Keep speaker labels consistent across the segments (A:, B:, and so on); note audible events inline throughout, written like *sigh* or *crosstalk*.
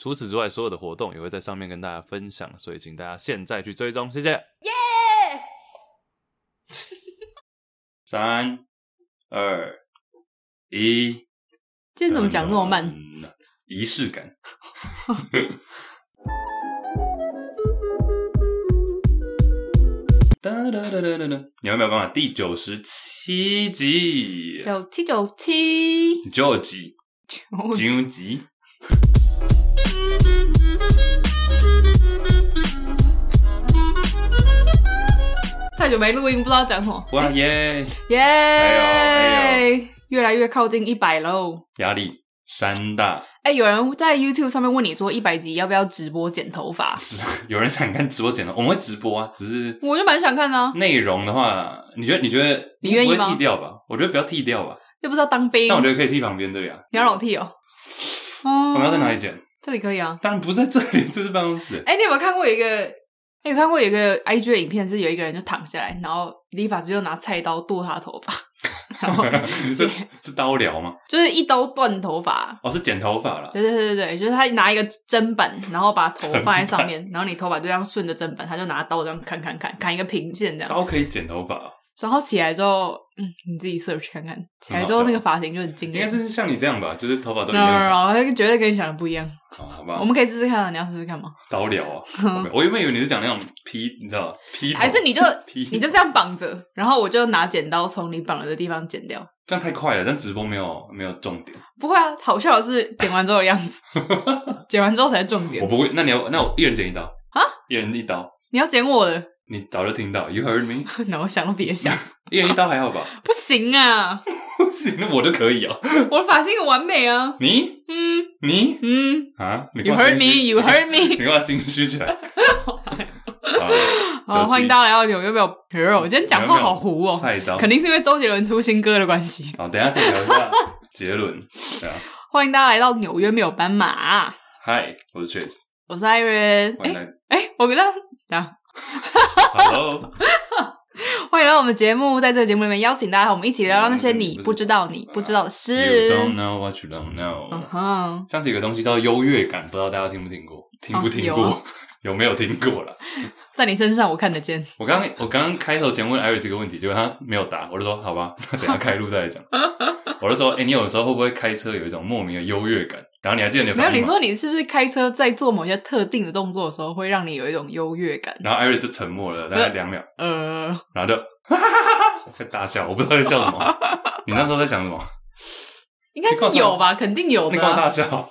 A: 除此之外，所有的活动也会在上面跟大家分享，所以请大家现在去追踪，谢谢。
B: 耶！
A: 三、二、一，
B: 今天怎么讲这么慢？
A: 嗯？仪式感。 *laughs* 哒哒哒哒哒哒！你有没有办法？第九十七集，
B: 九七九
A: *laughs*
B: 七
A: 九集，
B: 九
A: 九
B: *laughs*
A: 集。
B: 太久没录音，不知道讲什么。
A: 哇耶！
B: 耶、
A: 哎呦
B: 越来越靠近一百喽！
A: 压力山大，
B: 哎、有人在 YouTube 上面问你说，一百集要不要直播剪头发？
A: 直有人想看直播剪的，我们会直播啊，只是
B: 我就蛮想看的、 *laughs* 啊，
A: 内容的话，你觉得你觉得
B: 你愿意
A: 不
B: 吗
A: 会剃掉吧？我觉得不要剃掉吧，
B: 又不知道当兵
A: 但，我觉得可以剃旁边这里啊。
B: 你要让我剃哦。哦
A: 我们要在哪里？剪？
B: 这里可以啊。
A: 当然不在这里， *laughs* 这是办公
B: *laughs*
A: 室。
B: 哎、你有没有看过有一个？哎你有看过有一个 IG 的影片，是有一个人就躺下来，然后理发师就拿菜刀剁他头发，然后 *laughs*
A: *laughs* 是是刀疗吗？
B: 就是一刀断头发，
A: 哦，是剪头发啦。
B: 对对对对对，就是他拿一个砧板，然后把头
A: 砧板
B: 放在上面，然后你头发就这样顺着砧板，他就拿刀这样砍砍砍砍一个平线这样。
A: 刀可以剪头发哦，
B: 然后起来之后，嗯，你自己 search 看看，起来之
A: 很好
B: 后
A: 笑
B: 那个发型就很惊
A: 应
B: 人。
A: 该是像你这样吧，就是头发都一
B: no
A: 样
B: no
A: 长。
B: no，他绝对跟你想的不一样。
A: 好好
B: 我
A: 吧，
B: 们可以试试看啊，你要试试看吗？
A: 刀疗
B: *laughs*
A: 啊。OK，我原本以为你是讲那种披，你知道披头，
B: 还是你就
A: 披？
B: 你就这样绑着，然后我就拿剪刀从你绑着的地方剪掉。
A: 这样太快了，但直播没有没有重点。
B: 不会啊，好笑的是剪完之后的样
A: *laughs*
B: 子，剪完之后才是重
A: 我
B: 点。
A: 不会，那你要那我一人剪一刀啊，一人一刀。
B: 你要剪我的， *laughs*
A: 你早就听到，You heard me？
B: 那我想都
A: *laughs*
B: 别想，
A: 一人一刀还好
B: *laughs*
A: 吧？
B: 不行啊，
A: 不行，那我就可以哦。
B: 我的发型很完美啊，
A: 你
B: 嗯。
A: 你
B: 嗯
A: 啊你
B: ，You
A: 干嘛
B: heard
A: 心虚
B: me, you heard
A: 你 *laughs*
B: me。
A: 干嘛心虚起来？
B: 好，欢迎大家来到纽约没有 Hero。今天讲话好糊
A: 好，
B: 哦，
A: 菜刀。
B: 肯定是因为周杰伦出新歌的关系。
A: 好，等一下可以聊一
B: *laughs*
A: 下结论。对啊，
B: 欢迎大家来到纽约没有斑马，
A: 嗨，我是 Chase，
B: 我是 Iron。
A: 欢迎
B: 哎
A: 来
B: 哎，我跟大家。啊，
A: ，Hello，
B: 欢迎来到我们节目，在这个节目里面邀请大家和我们一起聊聊那些你不知道、你不知道的
A: you
B: 事。
A: don't know what you don't
B: 嗯
A: know。
B: 哼，
A: 上次有个东西叫优越感，不知道大家听不听过？听不听
B: 有
A: 过
B: 啊？
A: *laughs* 有没有听过啦？
B: 在你身上我看得见。
A: 我刚我刚刚开头前问艾瑞这个问题，结果他没有答，我就说好吧， *laughs* 等一下开路再来讲。我就说，哎、你有时候会不会开车有一种莫名的优越感？然后你还记得你的
B: 没有，
A: 反
B: 你
A: 应吗？
B: 说你是不是开车在做某些特定的动作的时候，会让你有一种优越感？
A: 然后艾瑞就沉默了大概两秒，
B: 呃，
A: 然后就 *laughs* 在大笑，我不知道在笑什么。你那时候在想什么？
B: 应该是有吧，肯定有
A: 你
B: 的
A: 干嘛大
B: 啊。
A: 笑？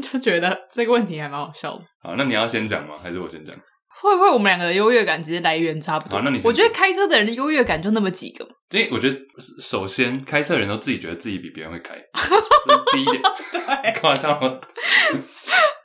B: 就觉得这个问题还蛮好笑的。
A: 好，那你要先讲吗？还是我先讲？
B: 会不会我们两个的优越感其实来源差不多？
A: 好哦那你先
B: 我觉得开车的人的优越感就那么几个，
A: 因为我觉得，首先开车的人都自己觉得自己比别人会开，这是第 *laughs* 一点。干嘛笑吗？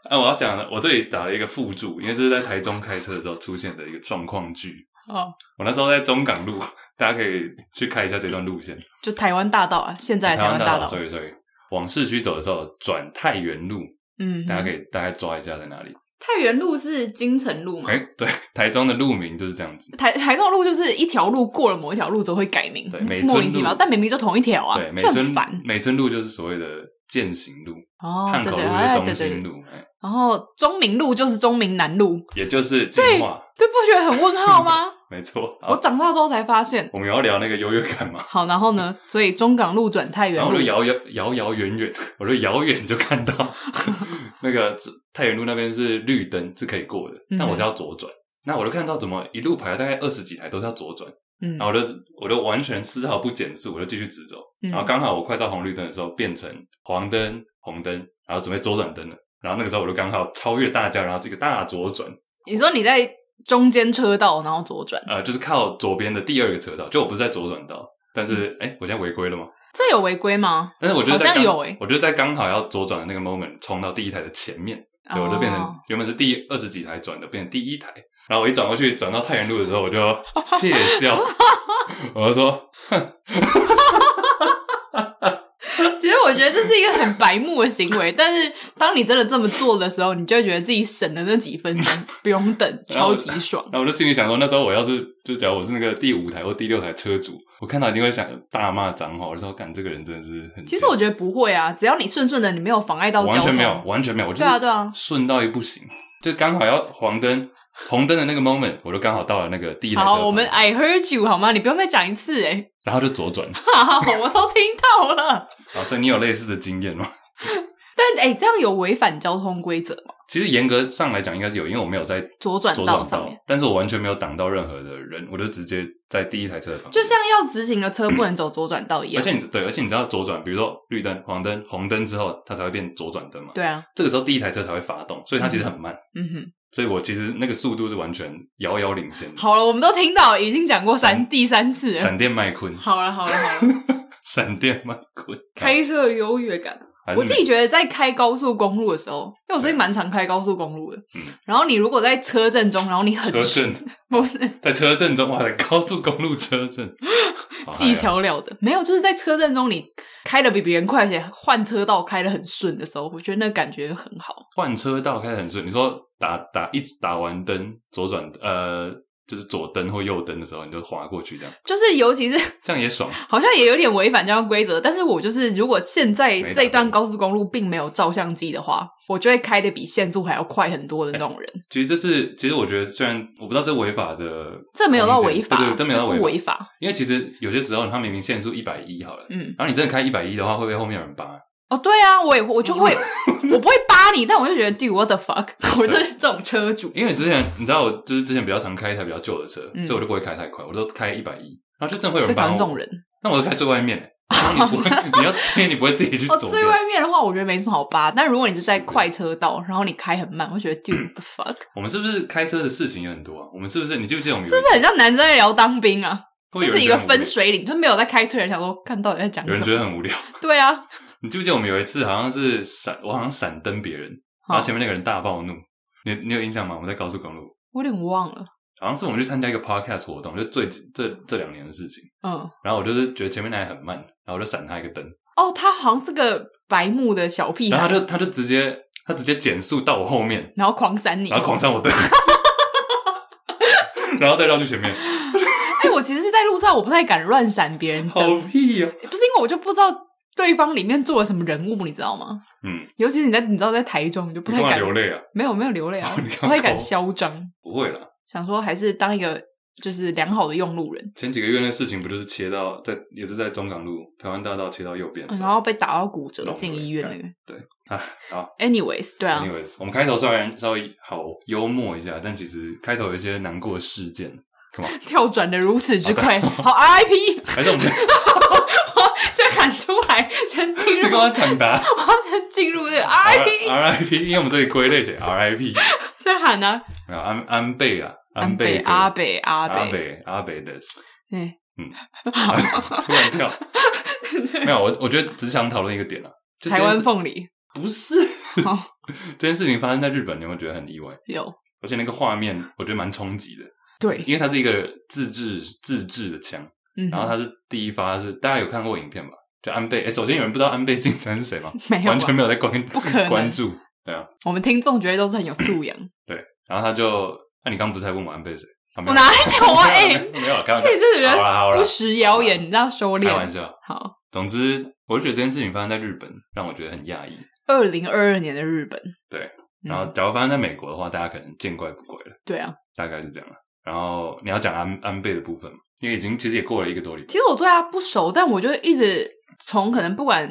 A: 啊，我要讲的，我这里打了一个附注，因为这是在台中开车的时候出现的一个状况剧。
B: 哦，
A: 我那时候在中港路，大家可以去看一下这段路线。
B: 就台湾大道啊，现在的
A: 台
B: 台
A: 湾
B: 湾
A: 大
B: 大
A: 道，
B: 道，
A: 所以所以往市区走的时候转太原路，
B: 嗯，
A: 大家可
B: 以。
A: 以大概抓一下在哪里。
B: 太原路是京城路嘛？
A: 哎、对， *laughs* 台中的路名就是这样子。
B: 台台中路就是一条路过了某一条路之后会改名
A: 对美，村
B: 嗯莫名其妙，
A: 路
B: 但明明就同一条啊，
A: 对，美
B: 就很
A: 村
B: 烦
A: 美村路就是所谓的践行路，
B: 哦。
A: 汉
B: 对
A: 口路
B: 对
A: 是
B: 哎
A: 东
B: 对对
A: 兴
B: 对，
A: 路，哎、
B: 然后中明路就是中明南路，
A: 也就是进化。
B: 对，不觉得很问号
A: *laughs*
B: 吗？
A: 没错，
B: 我
A: 嗯好，
B: 长大之后才发现。
A: 我们要聊那个优越感嘛，
B: 好，然后呢？所以中港路转太原
A: 然后我
B: 路
A: 就，遥遥遥遥远远， *laughs* 我就遥远就看
B: *laughs*
A: 到那个太原路那边是绿灯是可以过的，
B: 嗯
A: 但我是要左转，那我就看到怎么一路排了大概二十几台都是要左转，
B: 嗯
A: 然后我就我就完全丝毫不减速，我就继续直走，
B: 嗯
A: 然后刚好我快到红绿灯的时候变成黄灯红灯，然后准备左转灯了。然后那个时候我就刚好超越大家，然后这个大左转，
B: 你说你在中间车道，然后左转，
A: 呃，就是靠左边的第二个车道，就我不是在左转道，但是哎、我现在违规了吗？
B: 这有违规吗？
A: 但是我觉得
B: 嗯好像有欸
A: 我觉得在刚好要左转的那个 moment 冲到第一台的前面，所以我就变
B: 哦
A: 成原本是第二十几台转的，变成第一台。然后我一转过去，转到太原路的时候，我就 *laughs* 窃笑，
B: *laughs*
A: 我就说
B: 其实我觉得这是一个很白目的行为，但是当你真的这么做的时候，你就会觉得自己省了那几分钟，
A: *laughs*
B: 不用等，超级爽。
A: 然后我就心里想说，那时候我要是就假如我是那个第五台或第六台车主，我看到一定会想大骂脏话，我就说干这个人真的是很贱。
B: 其实我觉得不会啊，只要你顺顺的，你没有妨碍到交
A: 完
B: 通，
A: 全没有，完全没有，我就是
B: 对啊对啊
A: 顺到一不行，就刚好要黄灯红灯的那个 moment，我就刚好到了那个第一台车
B: 好，
A: 旁
B: 我们 I heard you 好吗？你不用再讲一次哎、 *laughs*
A: 然后就左转。 *laughs*
B: 好，我都听到了。
A: 啊，所以你有类似的经验吗？
B: 但哎、这样有违反交通规则吗？
A: 其实严格上来讲应该是有，因为我没有在
B: 左转
A: 左
B: 道
A: 转
B: 上
A: 道
B: 面，，
A: 但是我完全没有挡到任何的人，我就直接在第一台车的旁边。
B: 就像要直行的车不能走左转道一
A: 而
B: 样。
A: 且你对，而且你知道左转，比如说绿灯、黄灯、红灯之后，它才会变左转灯嘛。
B: 对啊，
A: 这个时候第一台车才会发动，所以它其实很慢。
B: 嗯哼，
A: 所以我其实那个速度是完全遥遥领先的。
B: 好了，我们都听到，已经讲过三第三次了。
A: 闪电麦昆， *laughs*
B: 好了，好了，好了，
A: 闪电麦昆，
B: 开车的优越感。
A: 还是
B: 我自己觉得在开高速公路的时候，因为我最近蛮常开高速公路的。
A: 嗯
B: 然后你如果在车阵中，然后你
A: 没
B: 很
A: 车震，
B: *laughs* 不是
A: 在车震中，哇，在高速公路车
B: *laughs*
A: 震，好嗨啊
B: 技巧了的，没有，就是在车阵中你开的比别人快，而且换车道开的很顺的时候，我觉得那感觉很好。
A: 换车道开始很顺。你说打打一直打完灯，左转呃就是左灯或右灯的时候，你就滑过去这样，
B: 就是尤其是
A: 这样也爽。啊
B: 好像也有点违反交通规则，但是我就是如果现在
A: 没打
B: 这一段高速公路并没有照相机的话，我就会开的比限速还要快很多的那种人。
A: 其实这是，其实我觉得虽然我不知道这违法的，
B: 这没有到违法，嗯
A: 对对，这没有到
B: 这
A: 违
B: 不
A: 法，
B: 违法。
A: 因为其实有些时候他明明限速一百一好了，
B: 嗯，
A: 然后你真的开一百一的话，会不会后面有人扒？
B: 哦，对啊，我也我就
A: 哦
B: 会，我不会扒你，但我就觉得 d u what
A: *laughs*
B: the fuck，我就是这种车主。
A: 因为之前你知道我就是之前比较常开一台比较旧的车，
B: 嗯
A: 所以我就不会开太快，我都开一百一，然后就真的会有
B: 最
A: 人
B: 讨
A: 扒
B: 厌
A: 我。
B: 这种人。
A: 那我就开最外面，然后你不
B: *laughs*
A: 会，你要因为你不会自己去
B: 哦，
A: 左
B: 最
A: 边。
B: 外面的话，我觉得没什么好扒。但如果你是在快车道，然后你开很慢，我觉得 d u what the fuck，
A: 我们是不是开车的事情也很多啊？我们是不是你记不记得我们有
B: 这
A: 一
B: 是很像男生在聊当兵啊，
A: 会
B: 就
A: 有人
B: 是一
A: 觉得
B: 个
A: 很无
B: 分
A: 聊
B: 水岭，就没有在开车的人想说，看到底在讲
A: 有人
B: 什
A: 觉得
B: 么？
A: 很无聊。
B: 对啊，
A: 你记不记得我们有一次好像是闪，我好像闪灯别人，然后前面那个人大暴怒，你你有印象吗？我们在高速公路，
B: 我有点忘了。
A: 好像是我们去参加一个 podcast 活动，就最这这两年的事情。
B: 嗯，
A: 然后我就是觉得前面那台很慢，然后我就闪他一个灯，
B: 哦，他好像是个白目的小屁
A: 然后
B: 孩，
A: 他就他就直接他直接减速到我后面，
B: 然后狂闪你。
A: 然后狂上我灯，然后再绕去前面，
B: 哎，我其实，在路上我不太敢乱闪别人
A: 好
B: 灯，
A: 屁呀、
B: 不是因为我就不知道对方里面做了什么人物，你知道吗？
A: 嗯，
B: 尤其是你在你知道在台中，你就不
A: 你
B: 太
A: 干嘛
B: 敢
A: 流泪啊？
B: 没有没有流泪啊
A: 你，
B: 不
A: 干嘛
B: 太敢
A: 抠
B: 嚣张，
A: 不会啦，
B: 想说还是当一个就是良好的用路人，
A: 前几个月那事情不就是切到在也是在中港路台湾大道切到右边的时
B: 然
A: 候，
B: 后被打到骨折
A: 弄
B: 进
A: 回
B: 医院
A: 看
B: 那个。
A: 哎，好
B: Anyways，对啊，
A: ，anyways，我们开头虽然稍微好幽默一下，但其实开头有一些难过的事件，
B: 跳转的如此之快，好 RIP，
A: 还是我们
B: *laughs* 先喊出来，先进
A: 你
B: 入，
A: 跟
B: 我 *laughs*
A: 我抢答
B: 要先进入这个 RIP，
A: R I P，因为我们这里归类写 R I P，
B: 先喊啊，
A: 没有安安倍啊，
B: 安
A: 倍
B: 倍、
A: 哥
B: 阿北、阿嗯
A: 阿
B: 北，
A: 北阿北的，
B: 对，
A: 突然跳， *laughs*
B: *laughs*
A: 没有我我觉得只想讨论一个点啊，就这
B: 台
A: 件
B: 湾
A: 事
B: 凤哦梨
A: 不是 *laughs*
B: 好
A: 这件事情发生在日本，你有没有觉得很意外？
B: 有，
A: 而且那个画面我觉得蛮冲击的，
B: 对，
A: 因为它是一个自制自制的枪，
B: 嗯，
A: 然后它是第一发是大家有看过影片吧？就安倍，哎，首先有人不知道安倍晋三是谁吗？
B: *laughs* 没有
A: 完全
B: 吧，
A: 没有在关
B: 不可
A: *laughs*
B: 能
A: 关注，对啊，
B: 我们听众绝对都是很有素养，
A: 然后他就，啊那、你刚刚不是还问我安倍是谁？我
B: 我哪
A: *laughs*
B: 有啊？哎，
A: 没有，开玩笑，
B: 这这人
A: 好啦好啦
B: 不实谣言，你知道收
A: 开玩
B: 敛，
A: 笑。
B: 好。
A: 总之，我就觉得这件事情发生在日本，让我觉得很讶异。
B: 二零二二年的日本，
A: 对
B: 嗯，
A: 然后，假如发生在美国的话，大家可能见怪不怪了，
B: 对啊，
A: 大概是这样了。然后你要讲安安倍的部分嘛，因为已经其实也过了一个多礼拜。
B: 其实我对他不熟，但我就一直从可能不管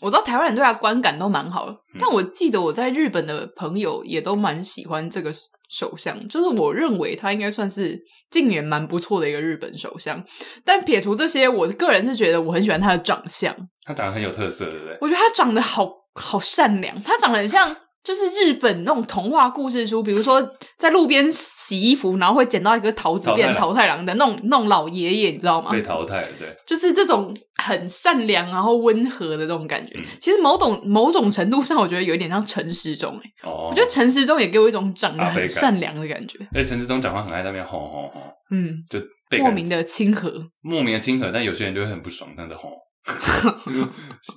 B: 我知道台湾人对他观感都蛮好的，
A: 嗯
B: 但我记得我在日本的朋友也都蛮喜欢这个首相，就是我认为他应该算是近年蛮不错的一个日本首相。但撇除这些，我个人是觉得我很喜欢他的长相，
A: 他长得很有特色，对不对？
B: 我觉得他长得好好善良，他长得很像就是日本那种童话故事书，比如说在路边洗衣服，然后会捡到一个桃子变
A: 桃
B: 桃太郎的那种那种老爷爷，你知道吗？
A: 被淘汰了，对，
B: 就是这种很善良然后温和的这种感觉。
A: 嗯
B: 其实某种某种程度上，我觉得有一点像陈时中、欸，
A: 哦，
B: 我觉得陈时中也给我一种长得
A: 阿北
B: 很
A: 感
B: 善良的感觉，
A: 而且陈志忠讲话很爱在那边吼吼吼，
B: 嗯，
A: 就被
B: 莫
A: 感
B: 名的亲和。
A: 莫名的亲和，但有些人就会很不爽，他在
B: *laughs*
A: 吼。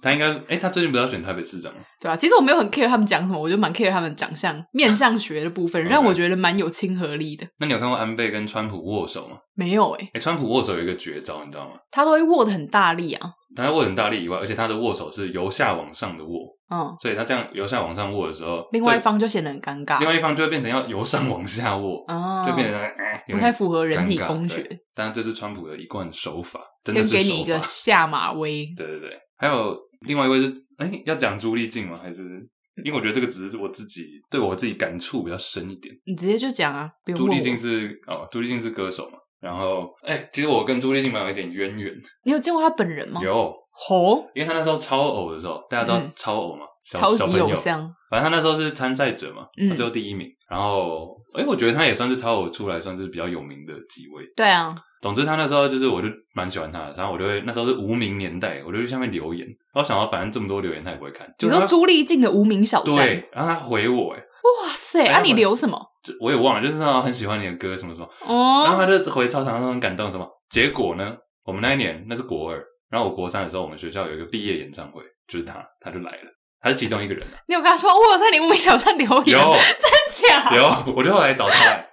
A: 他应该，哎、他最近不是要选台北市长吗？
B: 对啊，其实我没有很 care 他们讲什么，我就蛮 care 他们长相、面相学的部分，
A: OK
B: 让我觉得蛮有亲和力的。
A: 那你有看过安倍跟川普握手吗？
B: 没有欸诶、
A: 哎、川普握手有一个绝招，你知道吗？
B: 他都会握的很大力啊，
A: 他握很大力以外，而且他的握手是由下往上的握，
B: 嗯，
A: 所以他这样由下往上握的时候，
B: 另外一
A: 对
B: 方就显得很尴尬，
A: 另外一方就会变成要由上往下握，
B: 啊，
A: 就变成、哎有点
B: 不太符合人体
A: 尴尬
B: 工。
A: 对
B: 学。
A: 但这是川普的一贯手法，真的
B: 先
A: 是
B: 给你一
A: 手
B: 个
A: 法 *laughs*
B: 下马威，
A: 对对对，还有另外一位是，哎、要讲朱丽静吗？还是因为我觉得这个只是我自己对我自己感触比较深一点。
B: 你直接就讲啊，不用
A: 朱
B: 问
A: 丽
B: 我
A: 静是哦，朱丽静是歌手嘛。然后，哎、其实我跟朱丽静蛮有一点渊源，
B: 你有见过他本人吗？
A: 有，
B: 吼，
A: 因为她那时候超偶的时候，大家知道
B: 哦嗯
A: 超偶嘛，小
B: 超
A: 小
B: 级
A: 朋友
B: 偶，像，
A: 反正她那时候是参赛者嘛，
B: 嗯
A: 她最后第一名。然后，哎、我觉得她也算是超偶出来算是比较有名的几位。
B: 对啊，
A: 总之，他那时候就是我就蛮喜欢他的，然后我就会那时候是无名年代，我就去下面留言，然后想到反正这么多留言他也不会看，
B: 你
A: 就
B: 说
A: 他
B: 朱丽静的无名小站，
A: 对，然后他回我，哎，
B: 哇塞，
A: 哎
B: 啊
A: 他
B: 你
A: 们
B: 留什么？
A: 就我也忘了，就是他很喜欢你的歌什么什么，然后他
B: 哦，
A: 就回超长，他很感动什么，结果呢，我们那一年那是国二，然后我国三的时候，我们学校有一个毕业演唱会，就是他，他就来了，他是其中一个人啊，
B: 你有跟他说我有在你无名小站留言，
A: 有
B: *laughs* 真假？
A: 有，我就后来找他来，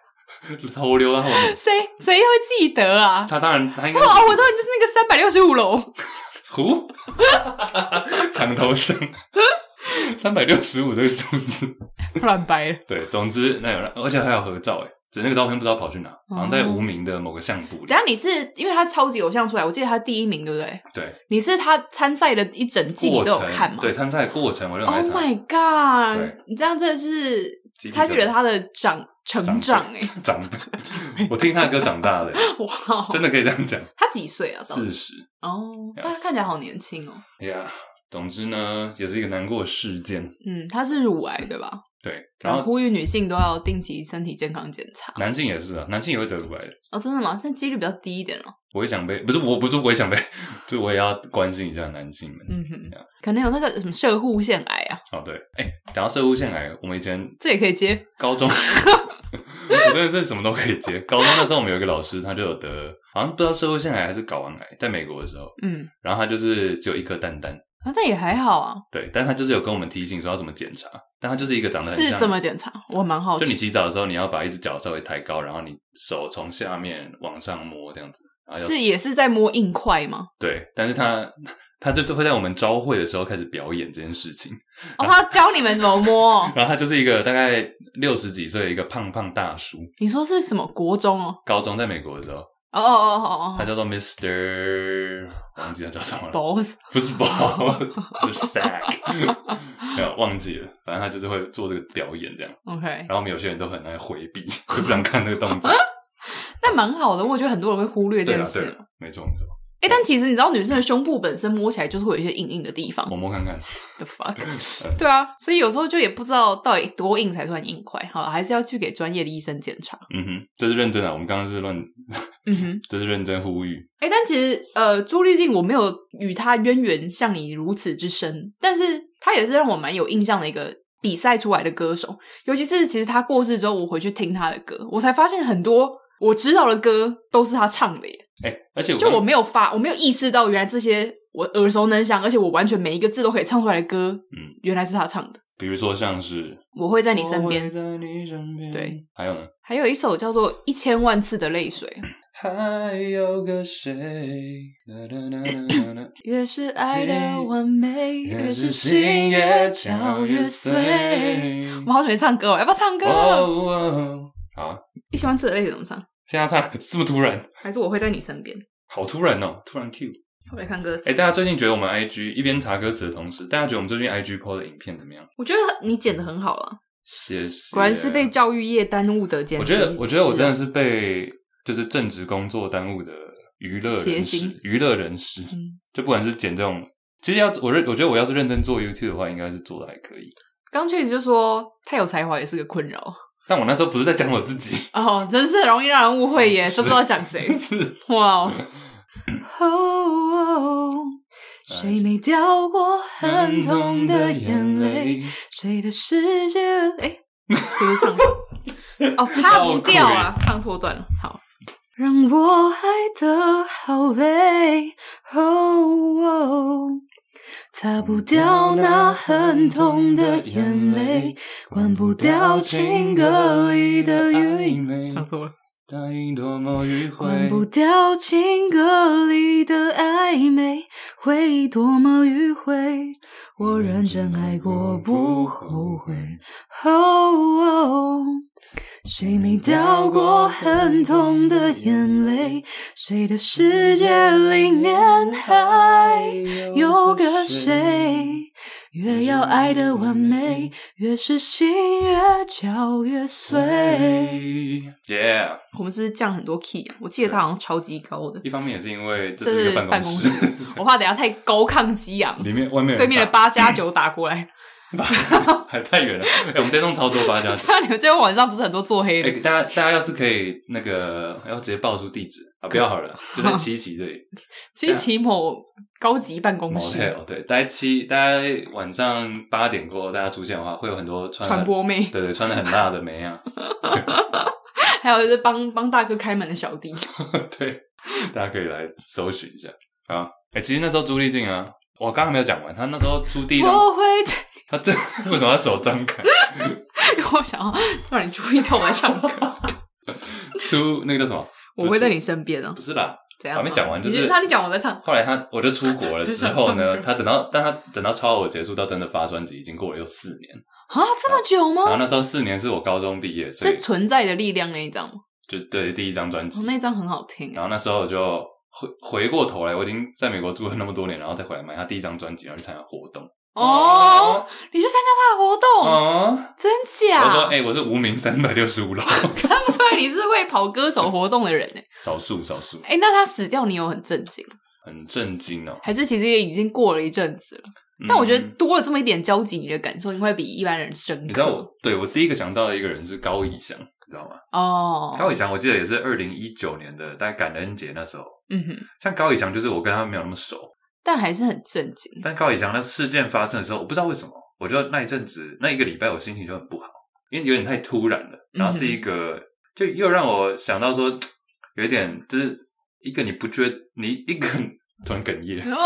A: 偷溜到后面，
B: 谁谁会记得啊？
A: 他当然他应该
B: 哦，哦我知道你就是那个三百六十五楼， *laughs*
A: 胡，墙头生，三百六十五这个数字，
B: 乱掰了。
A: 对，总之那有，而且还有合照哎，只是那个照片不知道跑去哪，好像在无名的某个相簿里
B: 哦等一。下你是因为他超级偶像出来，我记得他第一名，对不对？
A: 对，
B: 你是他参赛的一整季，你
A: 过
B: 都有看吗
A: 程？对参赛的过程，我认为
B: Oh
A: 他
B: my god！
A: 对
B: 你这样真的是
A: 鸡皮疙瘩
B: 参与了他的长成长哎、 *laughs*
A: 长辈， *laughs* 我听他的歌长大的，
B: 哇！哦
A: 真的可以这样讲，
B: 他几岁啊？到底
A: 四十
B: 哦，
A: 了解
B: 但他看起来好年轻哦。
A: 呀。总之呢，也是一个难过的事件。
B: 嗯，他是乳癌对吧？
A: 对，然
B: 然后
A: 后
B: 呼吁女性都要定期身体健康检查。
A: 男性也是啊，男性也会得乳癌的。
B: 哦，真的吗？但几率比较低一点哦。
A: 我也想被，不是我，不是我也想被， *laughs* 就我也要关心一下男性们。
B: 嗯哼，可能有那个什么射护腺癌啊，
A: 哦，对，哎、讲到射物腺癌，我们以前
B: 这也可以接。
A: 高中， *laughs* 我真的是什么都可以接。高中那时候，我们有一个老师，他就有得，好像不知道社会腺癌还是睾丸癌，在美国的时候，
B: 嗯，
A: 然后他就是只有一颗蛋蛋，
B: 啊，但也还好啊。
A: 对，但他就是有跟我们提醒说要怎么检查，但他就是一个长得很
B: 是
A: 像，
B: 怎么检查？我蛮好
A: 就你
B: 奇。
A: 洗澡的时候，你要把一只脚稍微抬高，然后你手从下面往上摸这样子，然后要
B: 是也是在摸硬块吗？
A: 对，但是他他就是会在我们朝会的时候开始表演这件事情，
B: 哦，他教你们怎么摸哦。
A: 然后他就是一个大概六十几岁的一个胖胖大叔，
B: 你说是什么国中哦？
A: 高中在美国的时候。
B: 哦哦哦
A: 他
B: 哦
A: 叫做 Mr，忘记他叫什么
B: 哦
A: 了，
B: ，boss，
A: 不是 Bob，是 Sack，没 *laughs* 有忘记了，反正他就是会做这个表演这样。
B: *laughs* OK，
A: 然后我们有些人都很爱回避，就不想看这个动作。
B: 但蛮好的，我觉得很多人会忽略这
A: 对
B: 件
A: 了，对啊
B: 事。
A: 了，没错没错，
B: 哎、但其实你知道，女生的胸部本身摸起来就是会有一些硬硬的地方。
A: 摸摸看看。*laughs*
B: The fuck？对啊，所以有时候就也不知道到底多硬才算硬块，好，还是要去给专业的医生检查。
A: 嗯哼，这是认真的，我们刚刚是乱，
B: 嗯哼，
A: 这是认真呼吁。
B: 哎、但其实呃，朱丽静我没有与她渊源像你如此之深，但是她也是让我蛮有印象的一个比赛出来的歌手。尤其是其实她过世之后，我回去听她的歌，我才发现很多我知道的歌都是她唱的耶。
A: 哎、而且
B: 就我
A: 刚
B: 没有发，我没有意识到原来这些我耳熟能详，而且我完全每一个字都可以唱出来的歌，
A: 嗯，
B: 原来是他唱的。
A: 比如说像是
B: 我会在
A: 在
B: 你身边，
A: 在你身边。
B: 对，
A: 还有呢？
B: 还有一首叫做《一千万次的泪水》，
A: 还有个谁？ *laughs* 哒哒哒哒哒
B: 越是爱的完美，
A: 越
B: 越
A: 是
B: 是
A: 心
B: 心
A: 越
B: 越
A: 嚼
B: 嚼
A: 越
B: 越碎。
A: 碎。
B: 我们好久没唱歌了，要不要唱歌？
A: 哦哦，好啊，
B: 一千万次的泪水怎么唱？
A: 现在唱 *laughs* 是不是突然？
B: 还是我会在你身边？
A: 好突然哦，突然 Q。
B: 我来看歌词。
A: 哎、大家最近觉得我们 IG 一边查歌词的同时，大家觉得我们最近 IG PO 的影片怎么样？
B: 我觉得你剪的很好了，
A: 谢谢。
B: 果然是被教育业耽误的，简
A: 我
B: 直
A: 觉得，我觉得我真的
B: 是
A: 是被就是正职工作耽误的娱乐
B: 谐
A: 人士
B: 星，
A: 娱乐人士，
B: 嗯
A: 就不管是剪这种，其实要我认，我觉得我要是认真做 YouTube 的话，应该是做的还可以。
B: 刚确实就说太有才华也是个困扰
A: 但我那时候不是在讲我自己，
B: 哦，真是容易让人误会耶，
A: 哦是。
B: 都不知道讲谁
A: *laughs* 哎是
B: 哇哦，哦，谁没掉过很痛的眼泪？。谁的世界？
A: *laughs*
B: 哎，是不是唱错？哦，擦不掉啊，
A: 欸
B: 唱错段了。好，让我爱得好累，哦哦，擦不掉那很痛的眼泪，关不掉情歌里的云。
A: 美
B: 唱错了，
A: 答应多么迂
B: 关不掉情歌里的暧昧，回忆多么迂回，我认真爱过不后悔。哦，谁没掉过很痛的眼泪？谁的世界里面还有个谁？越要爱的完美，越是心越搅越碎。
A: ？Yeah，
B: 我们是不是降很多 key 啊？我记得它好像超级高的，
A: 一方面也是因为这
B: 这
A: 是一
B: 是
A: 个办
B: 办
A: 公
B: 公
A: 室，
B: 室我怕等一下太高亢激昂，
A: *laughs* 里面外面有人
B: 对面的
A: 打
B: 八加九打过来。
A: *laughs* 还太远了。哎，我们这栋超多八家 *laughs* 酒。
B: 那你们这边晚上不是很多做黑
A: 哎，
B: 的？
A: 大家大家要是可以那个，要直接报出地址啊，不要好了，就在七期这里。
B: 其实骑某高级办公室
A: motel 对，大啊概七，大概晚上八点过后大家出现的话，会有很多穿得
B: *laughs* 传播妹，
A: 对对穿的很辣的美啊， *laughs*
B: 还有就是帮帮大哥开门的
A: *laughs*
B: 小弟。
A: 对，大家可以来搜寻一下啊。哎、其实那时候朱丽静啊，我刚刚没有讲完，她那时候朱棣呢，
B: 我会 *laughs* 在，
A: 她这 *laughs* 为什么她手张开
B: 我想要让你注意到我在唱
A: *laughs*
B: 歌。
A: 出那个叫什么？
B: 我会在你身边啊
A: 不，是啦，
B: 怎样啊？
A: 还没哦讲完就
B: 你
A: 是
B: 那你讲我在唱。
A: 后来她我就出国了之后
B: 她
A: 呢，
B: 唱歌
A: 她等到但她等到超偶结束到真的发专辑，已经过了又四年，
B: 啊，这么久
A: 然后
B: 吗？
A: 那时候四年是我高中毕业，所以
B: 是存在的力量那一张吗？
A: 就对第一张专辑
B: 哦，，那张很好听
A: 然后那时候我就回回过头来，我已经在美国住了那么多年，然后再回来买他第一张专辑，然后去参加活动。
B: 哦，你去参加他的活动，
A: 哦，
B: 真
A: 我
B: 假？
A: 就说
B: *laughs*
A: 哎、我是无名三百六十五楼，
B: 看不出来你是会跑歌手活动的人呢。
A: 少数少数，
B: 哎、那他死掉，你有很震惊，
A: 很震惊哦。
B: 还是其实也已经过了一阵子了？
A: 嗯
B: 但我觉得多了这么一点交集，你的感受应该会比一般人深刻。
A: 嗯你知道我对我第一个想到的一个人是高以翔，你知道吗？
B: 哦，
A: 高以翔我记得也是二零一九年的，大概感恩节那时候。
B: 嗯哼，
A: 像高以翔，就是我跟他没有那么熟，
B: 但还是很震惊。 *laughs*
A: 但高以翔那事件发生的时候，我不知道为什么，我就那一阵子那一个礼拜，我心情就很不好，因为有点太突然了。然后是
B: 嗯
A: 一个，就又让我想到说，有一点就是一个你不觉你一个突然哽咽，
B: 嗯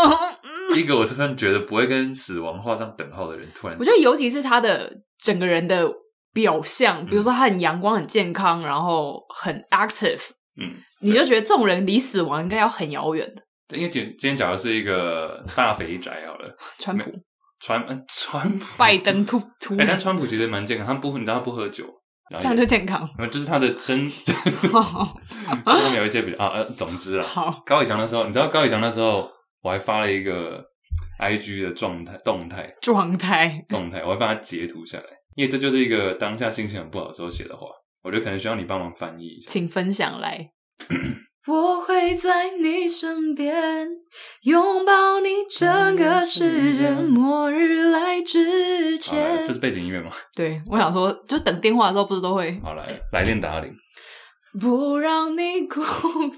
A: 一个我突然觉得不会跟死亡画上等号的人，突然
B: 我觉得尤其是他的整个人的表象，比如说他很阳光、很健康，然后很 active，
A: 嗯，
B: 你就觉得这种人离死亡应该要很遥远的。
A: 因为今今天假如是一个大肥宅好了，
B: 川普、
A: 川呃川普，
B: 拜登、突突，
A: 哎、但川普其实蛮健康，他不你知道他不喝酒，然
B: 这
A: 后也
B: 样就健康。
A: 然后就是他的身， *laughs*
B: *laughs* 好
A: 就是他们有一些比较啊呃，总之啊，
B: 好，
A: 高以翔那时候，你知道高以翔那时候，我还发了一个 I G 的状态动态
B: 状态
A: 动态，我还把它截图下来，因为这就是一个当下心情很不好的时候写的话，我觉得可能需要你帮忙翻译一下。
B: 请分享来。我会在你身边，拥抱你整个世界，末日来之
A: 好来，
B: 前
A: 这。是背景音乐吗？
B: 对，我想说，就等电话的时候不是都会
A: 好来，来电打铃。
B: 不让你孤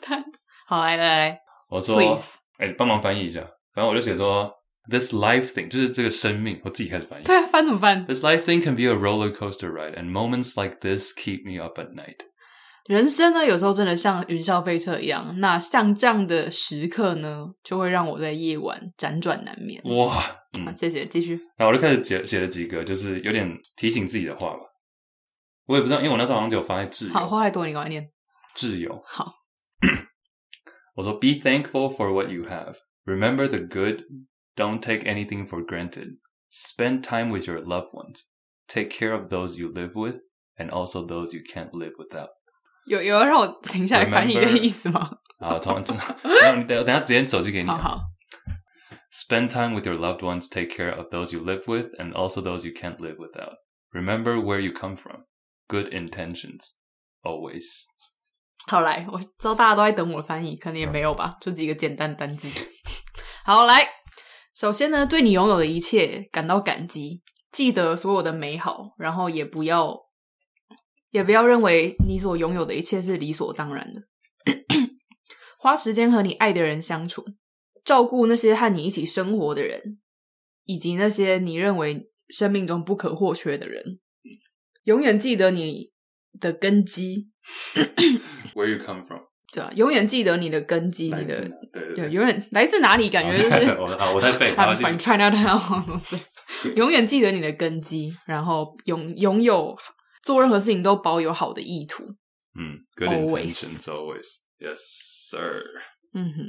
B: 单。 *laughs* 好，来来来
A: 我说，
B: ，please。
A: 哎、帮忙翻译一下。反正我就写说，this life thing 就是这个生命，我自己开始翻译。
B: 对啊，翻怎么翻？
A: This life thing can be a roller coaster ride, and moments like this keep me up at night.
B: 人生呢，有时候真的像云霄飞车一样。那像这样的时刻呢，就会让我在夜晚辗转难眠。
A: 哇，嗯
B: 好，，谢谢，继续。
A: 然后我就开始写写了几个，就是有点提醒自己的话吧。我也不知道，因为我那时候好像只有发在挚
B: 好，
A: 友，
B: 话太多，你赶快念。
A: 挚友。
B: 好，
A: 我说，Be thankful for what you have. Remember the good. Don't take anything for granted. Spend time with your loved ones. Take care of those you live with, and also those you can't live without.
B: 有有要让我停下来翻译的
A: Remember-
B: 意思吗？
A: 啊，从从，然后你等等下直接手机给你啊。
B: 好好，
A: Spend time with your loved ones, take care of those you live with, and also those you can't live without. Remember where you come from. Good intentions, always.
B: 好来，我知道大家都在等我翻译，可能也没有吧，就几个简单单 *laughs* 字。好来，首先呢，对你拥有的一切感到感激，记得所有的美好，然后也不要也不要认为你所拥有的一切是理所当然的。 *coughs* 花时间和你爱的人相处，照顾那些和你一起生活的人，以及那些你认为生命中不可或缺的人。永远记得你的根基，
A: Where you come from？Uh,
B: 对吧、永远记得你的根基，
A: 来
B: 你
A: 自
B: 的
A: 哪对
B: 对，
A: 对
B: 永远来自哪里？感觉
A: *laughs*
B: 就是
A: 我好我在背然后
B: 反
A: 继续
B: 反 China Town 什么之类的永远记得你的根基，然后拥拥有做任何事情都保有好的意图。
A: 嗯，good Hmm.
B: Always
A: intentions always. Yes, sir.
B: 嗯哼，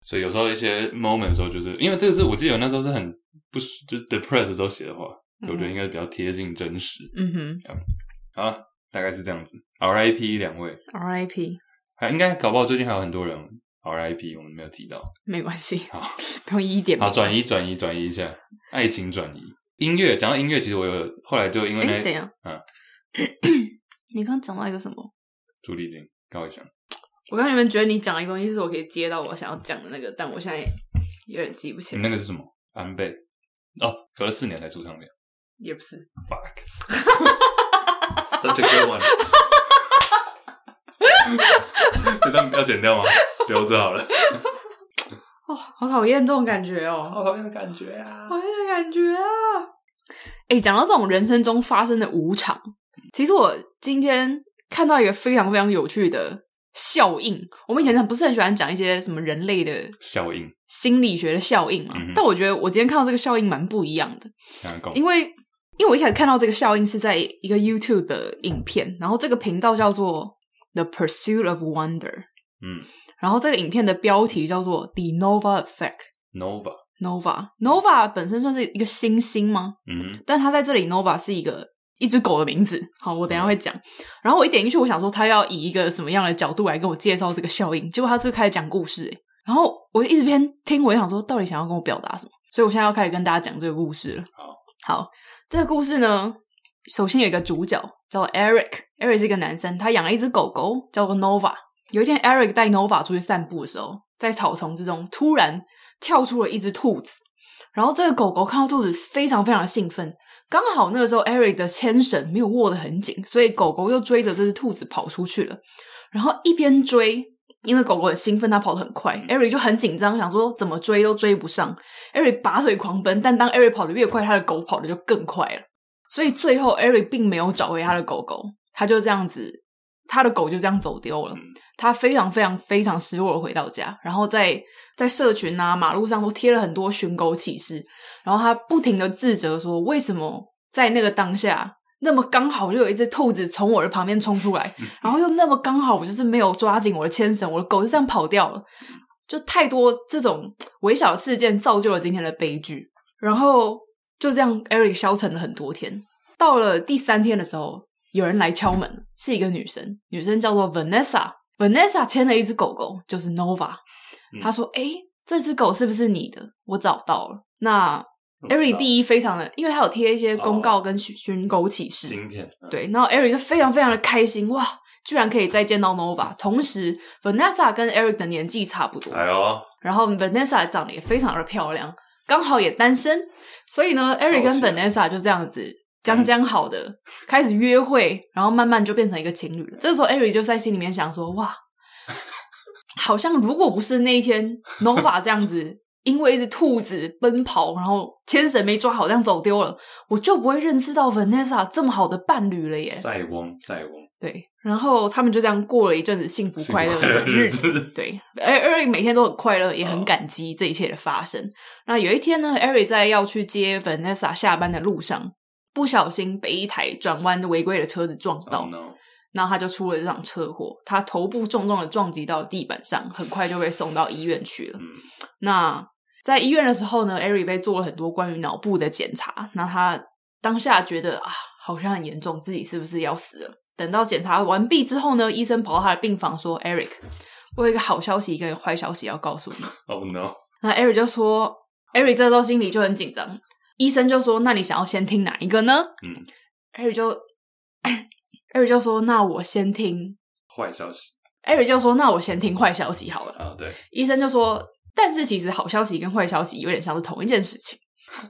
A: 所以有时候一些 moment 的时候，就是因为这个是我记得我那时候是很不就是 depressed 的时候写的话，
B: 嗯
A: 我觉得应该比较贴近真实。
B: 嗯哼
A: 好了，大概是这样子。R.I.P. 两位，
B: ，RIP
A: 还应该搞不好最近还有很多人 R.I.P. 我们没有提到。
B: 没关系，
A: 好，
B: 不用一一点名。
A: 好，转移转移转移一下，爱情转移。音乐讲到音乐，其实我有后来就因为
B: 哎、等一
A: 那
B: 下，
A: 嗯
B: *coughs* 你刚讲到一个什么？
A: 朱丽静高以翔，
B: 我刚原本觉得你讲一个东西是我可以接到我想要讲的那个，但我现在有点记不起
A: 你
B: 来，
A: 那个是什么？安倍哦，隔了四年才出唱片。
B: 也不是。
A: Fuck. Such a good one. *laughs* 这段要剪掉吗？留着好了。
B: 哦，好讨厌这种感觉哦，
A: 好讨厌的感觉啊
B: 讨厌的感觉啊！哎、讲到这种人生中发生的无常，其实我今天看到一个非常非常有趣的效应。我们以前不是很喜欢讲一些什么人类的
A: 效应，
B: 心理学的效应嘛，
A: 嗯哼
B: 但我觉得我今天看到这个效应蛮不一样的。
A: 刚刚
B: 因为因为我一开始看到这个效应是在一个 YouTube 的影片，然后这个频道叫做 The Pursuit of Wonder，
A: 嗯
B: 然后这个影片的标题叫做 The Nova Effect。
A: ，Nova，
B: Nova Nova 本身算是一个星星吗？
A: 嗯哼，
B: 但它在这里 Nova 是一个一只狗的名字。好，我等一下会讲。然后我一点进去，我想说他要以一个什么样的角度来跟我介绍这个效应，结果他就开始讲故事、欸。然后我一直边听，我就想说到底想要跟我表达什么，所以我现在要开始跟大家讲这个故事了。好，好，这个故事呢，首先有一个主角叫 Eric，Eric 是一个男生，他养了一只狗狗叫做 Nova。有一天，Eric 带 Nova 出去散步的时候，在草丛之中突然跳出了一只兔子，然后这个狗狗看到兔子非常非常兴奋。刚好那个时候，Eric 的牵绳没有握得很紧，所以狗狗又追着这只兔子跑出去了。然后一边追，因为狗狗很兴奋，它跑得很快，Eric 就很紧张，想说怎么追都追不上。Eric 拔腿狂奔，但当 Eric 跑得越快，他的狗跑得就更快了。所以最后，Eric 并没有找回他的狗狗，他就这样子，他的狗就这样走丢了。他非常非常非常失落的回到家，然后在在社群啊、马路上都贴了很多寻狗启事，然后他不停的自责说，为什么在那个当下，那么刚好就有一只兔子从我的旁边冲出来，然后又那么刚好我就是没有抓紧我的牵绳，我的狗就这样跑掉了，就太多这种微小的事件造就了今天的悲剧，然后就这样，Eric 消沉了很多天。到了第三天的时候，有人来敲门，是一个女生，女生叫做 Vanessa。Vanessa 牵了一只狗狗，就是 Nova
A: 嗯。
B: 她说：“诶，这只狗是不是你的？我找到了。”那
A: 我知道哦
B: Eric 第一非常的，因为他有贴一些公告跟寻寻狗启事，
A: 芯片，嗯，
B: 对，然后 Eric 就非常非常的开心，哇，居然可以再见到 Nova。同时，Vanessa 跟 Eric 的年纪差不多，
A: 哎呦，
B: 然后 Vanessa 长得也非常的漂亮，刚好也单身，所以呢
A: 烧起来
B: ，Eric 跟 Vanessa 就这样子将将好的开始约会，然后慢慢就变成一个情侣了。这时候 Eric 就在心里面想说：哇，好像如果不是那一天 Nova 这样子。因为一只兔子奔跑，然后牵绳没抓好，这样走丢了，我就不会认识到 Vanessa 这么好的伴侣了耶。
A: 塞翁塞翁，
B: 对，然后他们就这样过了一阵子幸福
A: 幸
B: 快乐
A: 福快乐
B: 的
A: 的
B: 日
A: 日
B: 子。
A: 子，
B: 对，而 Eric 每天都很快乐，也很
A: 哦
B: 感激这一切的发生。那有一天呢，Eric 在要去接 Vanessa 下班的路上，不小心被一台转弯违规的车子撞到，
A: oh no，
B: 然后他就出了这场车祸，他头部重重的撞击到地板上，很快就被送到医院去了。
A: 嗯
B: 那在医院的时候呢，Eric 被做了很多关于脑部的检查。那他当下觉得啊，好像很严重，自己是不是要死了？等到检查完毕之后呢，医生跑到他的病房说：“Eric，我有一个好消息跟一个坏消息要告诉你。
A: ，Oh no，”
B: 那 Eric 就说：“Eric 这时候心里就很紧张。”医生就说：“那你想要先听哪一个呢？”
A: 嗯
B: ，Eric 就 *coughs* Eric 就说：“那我先听。
A: 坏消息
B: ”Eric 就说：“那我先听坏消息好了。”
A: 啊，对，
B: 医生就说，但是其实好消息跟坏消息有点像是同一件事情。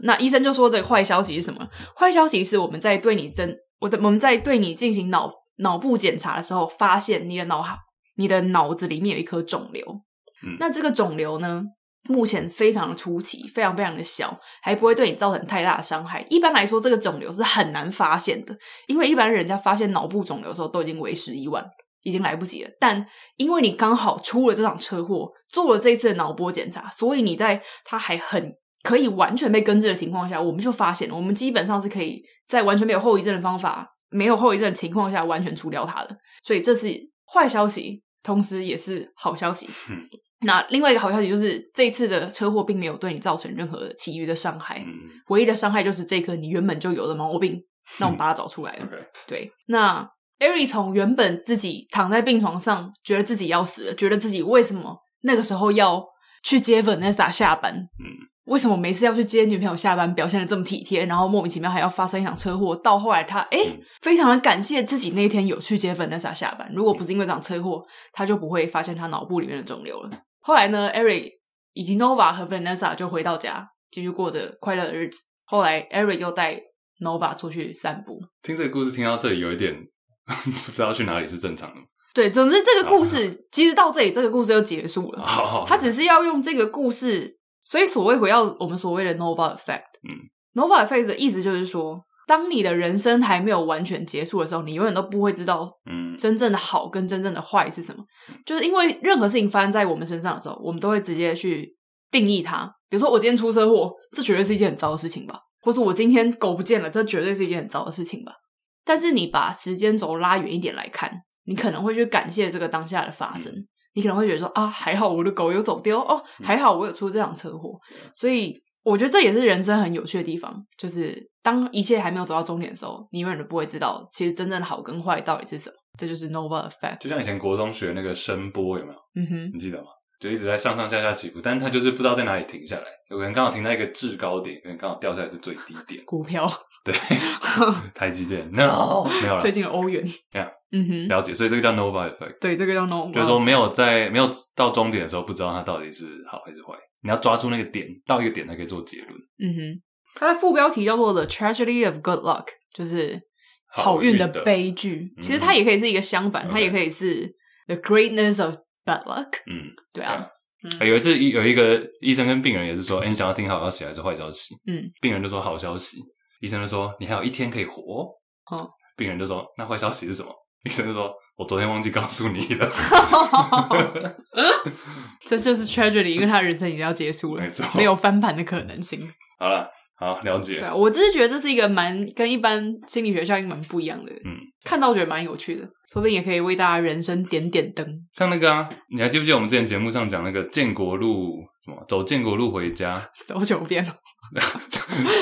B: 那医生就说这个坏消息是什么？坏消息是我们在对你针，我的我们在对你进行脑脑部检查的时候，发现你的脑海你的脑子里面有一颗肿瘤。
A: 嗯
B: 那这个肿瘤呢，目前非常的初期，非常非常的小，还不会对你造成太大的伤害。一般来说，这个肿瘤是很难发现的，因为一般人家发现脑部肿瘤的时候都已经为时已晚，已经来不及了。但因为你刚好出了这场车祸，做了这一次的脑波检查，所以你在它还很可以完全被根治的情况下，我们就发现了，我们基本上是可以在完全没有后遗症的方法、没有后遗症的情况下完全除掉它的。所以这是坏消息，同时也是好消息。
A: 嗯
B: 那另外一个好消息就是，这一次的车祸并没有对你造成任何其余的伤害。
A: 嗯
B: 唯一的伤害就是这颗你原本就有的毛病，那我们把它找出来了。
A: ，OK，
B: 对，那 Ari 从原本自己躺在病床上，觉得自己要死了，觉得自己为什么那个时候要去接 Vanessa 下班，
A: 嗯，
B: 为什么每次要去接女朋友下班，表现的这么体贴，然后莫名其妙还要发生一场车祸，到后来他哎、诶
A: 嗯
B: 非常的感谢自己那一天有去接 Vanessa 下班，如果不是因为这场车祸，他就不会发现他脑部里面的肿瘤了。后来呢，Eric 以及 Nova 和 Vanessa 就回到家，继续过着快乐的日子。后来 Eric 又带 Nova 出去散步，
A: 听这个故事听到这里有一点 *laughs* 不知道去哪里是正常的。
B: 对，总之这个故事、其实到这里，这个故事就结束了。
A: 好啊好，
B: 他只是要用这个故事，所以所谓回到我们所谓的 Nova Effect，
A: 嗯
B: ，Nova Effect 的意思就是说，当你的人生还没有完全结束的时候，你永远都不会知道
A: 嗯
B: 真正的好跟真正的坏是什么。就是因为任何事情发生在我们身上的时候，我们都会直接去定义它。比如说，我今天出车祸，这绝对是一件很糟的事情吧；或是我今天狗不见了，这绝对是一件很糟的事情吧。但是你把时间轴拉远一点来看，你可能会去感谢这个当下的发生。你可能会觉得说啊，还好我的狗有走丢哦，还好我有出这场车祸。所以我觉得这也是人生很有趣的地方，就是当一切还没有走到终点的时候，你永远都不会知道其实真正的好跟坏到底是什么。这就是 Nova Effect。
A: 就像以前国中学那个声波有没有？
B: 嗯哼，
A: 你记得吗？就一直在上上下下起伏，但是它就是不知道在哪里停下来，有可能刚好停在一个制高点，有可能刚好掉下来是最低
B: *laughs*
A: 点。
B: 股票
A: 对，台积电，no，没
B: *laughs*
A: 有了
B: 最，近有欧元。
A: Yeah
B: 嗯哼，
A: 了解，所以这个叫 nova effect，
B: 对，这个叫 Nova。
A: 就是说，没有在没有到终点的时候，不知道它到底是好还是坏，你要抓住那个点，到一个点才可以做结论。
B: 嗯哼，它的副标题叫做《The Tragedy of Good Luck》，就是
A: 好运
B: 运
A: 的
B: 的悲剧。其实
A: 嗯
B: 它也可以是一个相反，它
A: OK
B: 也可以是 The Greatness of Bad Luck。
A: 嗯，
B: *laughs* 对啊，
A: 呃有一次有一个医生跟病人也是说，哎、你想要听好消息还是坏消息？
B: 嗯，
A: 病人就说好消息，医生就说你还有一天可以活。
B: 哦，
A: 病人就说那坏消息是什么？医生就说我昨天忘记告诉你
B: *laughs*
A: 了。
B: 这就是 tragedy，因为他人生已经要
A: *laughs*
B: 结束了
A: 没错，
B: 没有翻盘的可能性。
A: 好了，好了解。
B: 对啊，我只是觉得这是一个蛮跟一般心理学效应蛮不一样的，
A: 嗯，
B: 看到觉得蛮有趣的，说不定也可以为大家人生点点灯。
A: 像那个啊，你还记不记得我们之前节目上讲那个建国路什么走建国路回
B: *laughs*
A: 家， *laughs*
B: 走九遍了，